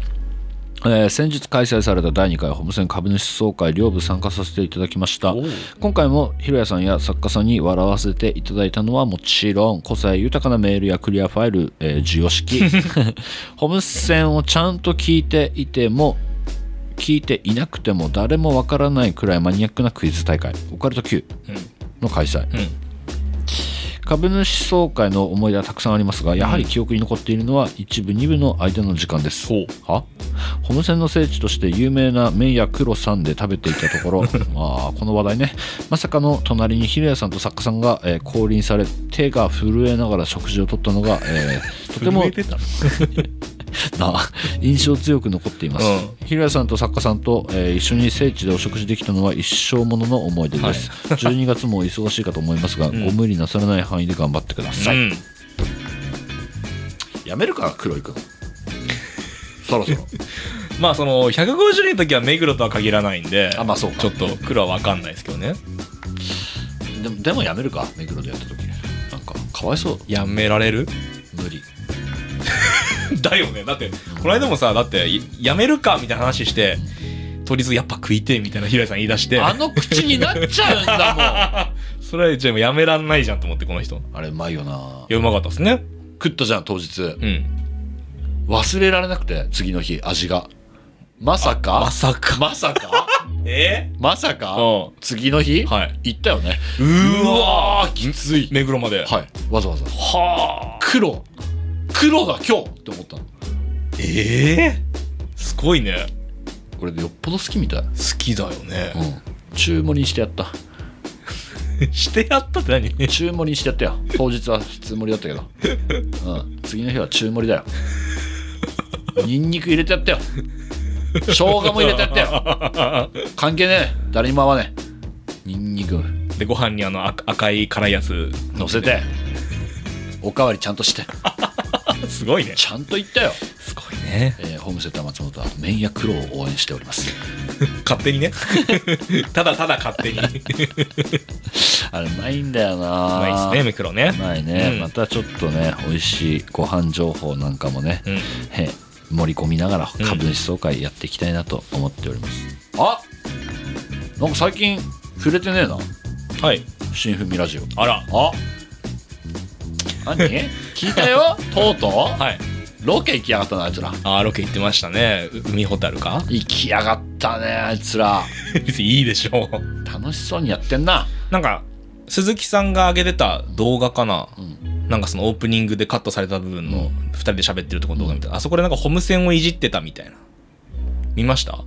えー先日開催された第2回ホームセン株主総会両部参加させていただきました
おう
今回もひろやさんや作家さんに笑わせていただいたのはもちろん個性豊かなメールやクリアファイル、えー授与
<laughs>
式ホームセンをちゃんと聞いていても聞いていなくても誰もわからないくらいマニアックなクイズ大会オカルト Q の開催、
うん
株主総会の思い出はたくさんありますがやはり記憶に残っているのは一部二部の間の時間です、
ほう
はホムセンの聖地として有名な麺や黒さんで食べていたと
<laughs>
ころあーこの話題ねまさかの隣にひろやさんと作家さんが、えー降臨され手が震えながら食事をとったのが、えーとても
震えてた
<laughs> な印象強く残っています、
う
ひろやさんと作家さんと、えー一緒に聖地でお食事できたのは一生ものの思い出です、12月 <laughs> も忙しいかと思いますが、ご無理なさらない範囲で頑張ってください、
うん
やめるか黒井君そろそろ
まあその150人の時は目黒とは限らないんで
<laughs> あまあそうか
ちょっと黒は分かんないですけどね
でもでもやめるか目黒でやった時なんかかわいそう
やめられる
無理
<laughs> だよねだってこの間もさだっていやめるかみたいな話してとりあえずやっぱ食いてえみたいな平井さん言い出して
あの口になっちゃうんだ
それはじゃあやめらんないじゃんと思ってこの人い
もん <laughs> あれうまいよな
やうまかったですね
食ったじゃん当日
うん
忘れられなくて次の日味がまさかまさかまさか
え
まさか
うん
次の日、
はい
行ったよね
うーわ
ーきつい
目黒まで
はいわざわざ
はあ
黒黒だ今日って思ったの
ええすごいね
これでよっぽど好きみたい、
好きだよね
うん、注文にしてやった
<laughs> してやったって何 <laughs>
注文にしてやったよ <laughs> 当日は普通盛りだったけど、うん、次の日は中盛りだよニンニク入れてやったよ生姜も入れてやったよ関係ねえ誰にも合わねえニンニク
でご飯にあの赤赤い辛いやつ
乗せておかわりちゃんとして
すごいね
ちゃんと言ったよ、
すごいね
えーホームセンター松本は麺や苦労を応援しております
勝手に <laughs> ねただただ勝手に
あれうまいんだよな
まあいいですね目黒ね
うまいね、
うん
またちょっとね美味しいご飯情報なんかもね、
うん
え盛り込みながら
うん
株主総会やっていきたいなと思っております、あなんか最近触れてねえな
はい
新風味ラジオ
あら
あ
<laughs>
何聞いたよとうとう
はい
ロケ行きやがったなあいつら
あーロケ行ってましたねう海ほたるか
行きやがったねあいつら
<laughs> 別にいいでしょう
楽しそうにやってんな
なんか鈴木さんが上げてた動画かな、
うん
なんかそのオープニングでカットされた部分
う
の2人で喋ってるとこの動画みたいな、あそこでなんかホームセンをいじってたみたいな見ました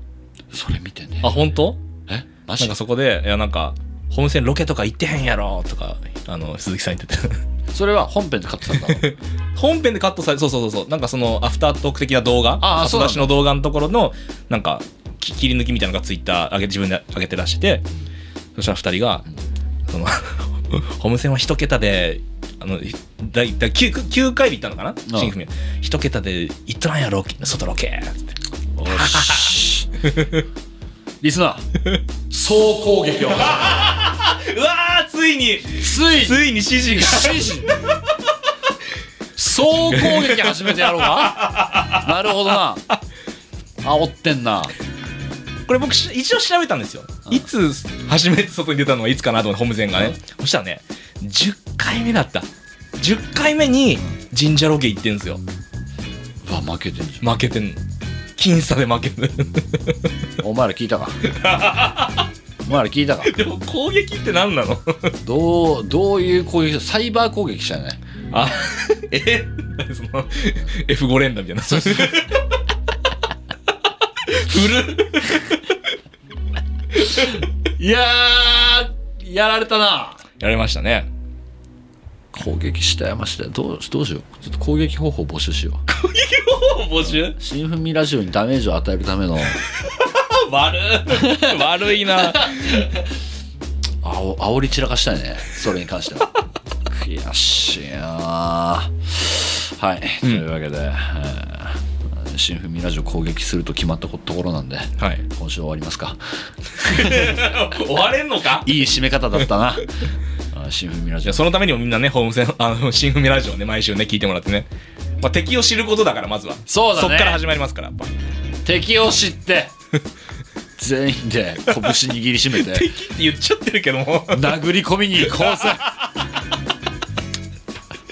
それ見てね
あ本当
えマ
な
ジ
ん
か
かそこで「いやなんかホームセンロケとか行ってへんやろ」とかあの鈴木さん言ってて
それは本編で買ってたんだろ
本編でカットされそうそうそうそうなんかそのアフタートーク的な動画
ああ
後
そうなん
出
だ
しの動画のところのなんかき切り抜きみたいなのがツイッター上げ自分で上げてらしてそしたら2人が「その <laughs> ホームセンは一桁で」あのだいだ 9, 9回で行ったのかな
あ
新組は一桁で行っとらんやろ外ロケつって
おっしリスナー総攻撃を
うわーついに
つい
ついに指示が
指示総攻撃始めてやろうかなるほどな煽ってんな
これ僕し一応調べたんですよいつ初めて外に出たのはいつかなと思ってホームセンがね、そしたらね10回目だった10回目に神社ロケ行ってんですよ
うわ負けてんじ
負けてんの僅差で負けてんの
ゃんお前ら聞いたかお前ら聞いたか
でも攻撃って何なの
どうどういう攻撃サイバー攻撃したよね
あえ <laughs> 何その F5 連打みたいな
そうそう
古っ
いやーやられたな
やられましたね
攻撃したやましてどうどうしようちょっと攻撃方法募集しよう
募集 <laughs>
新踏みラジオにダメージを与えるための
悪い <laughs> 悪いな
あお煽り散らかしたいねそれに関しては悔しいなあはい、というわけで、えー新踏みラジオ攻撃すると決まったこところなんで
はい
今週終わりますか
<laughs> 終われんのか
いい締め方だった
<laughs>
なあー新踏みラ
い
ジオ
やそのためにもみんなね、ホームセン、 <laughs> あの、新組ラジオね、毎週ね、聞いてもらってね。まあ、敵を知ることだから、まずは。
そうだね
そっから始まりますから、やっぱ。
敵を知って全員で拳握りしめ
<laughs>
て
敵って言っちゃってるけども。
殴り込みに行こうぜ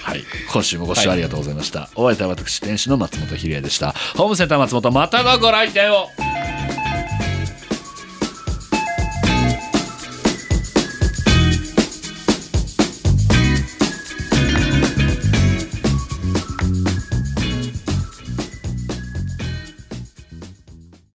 はい今週もご視聴ありがとうございました、お相手は私店主の松本ひりやでしたホームセンター松本またのご来店を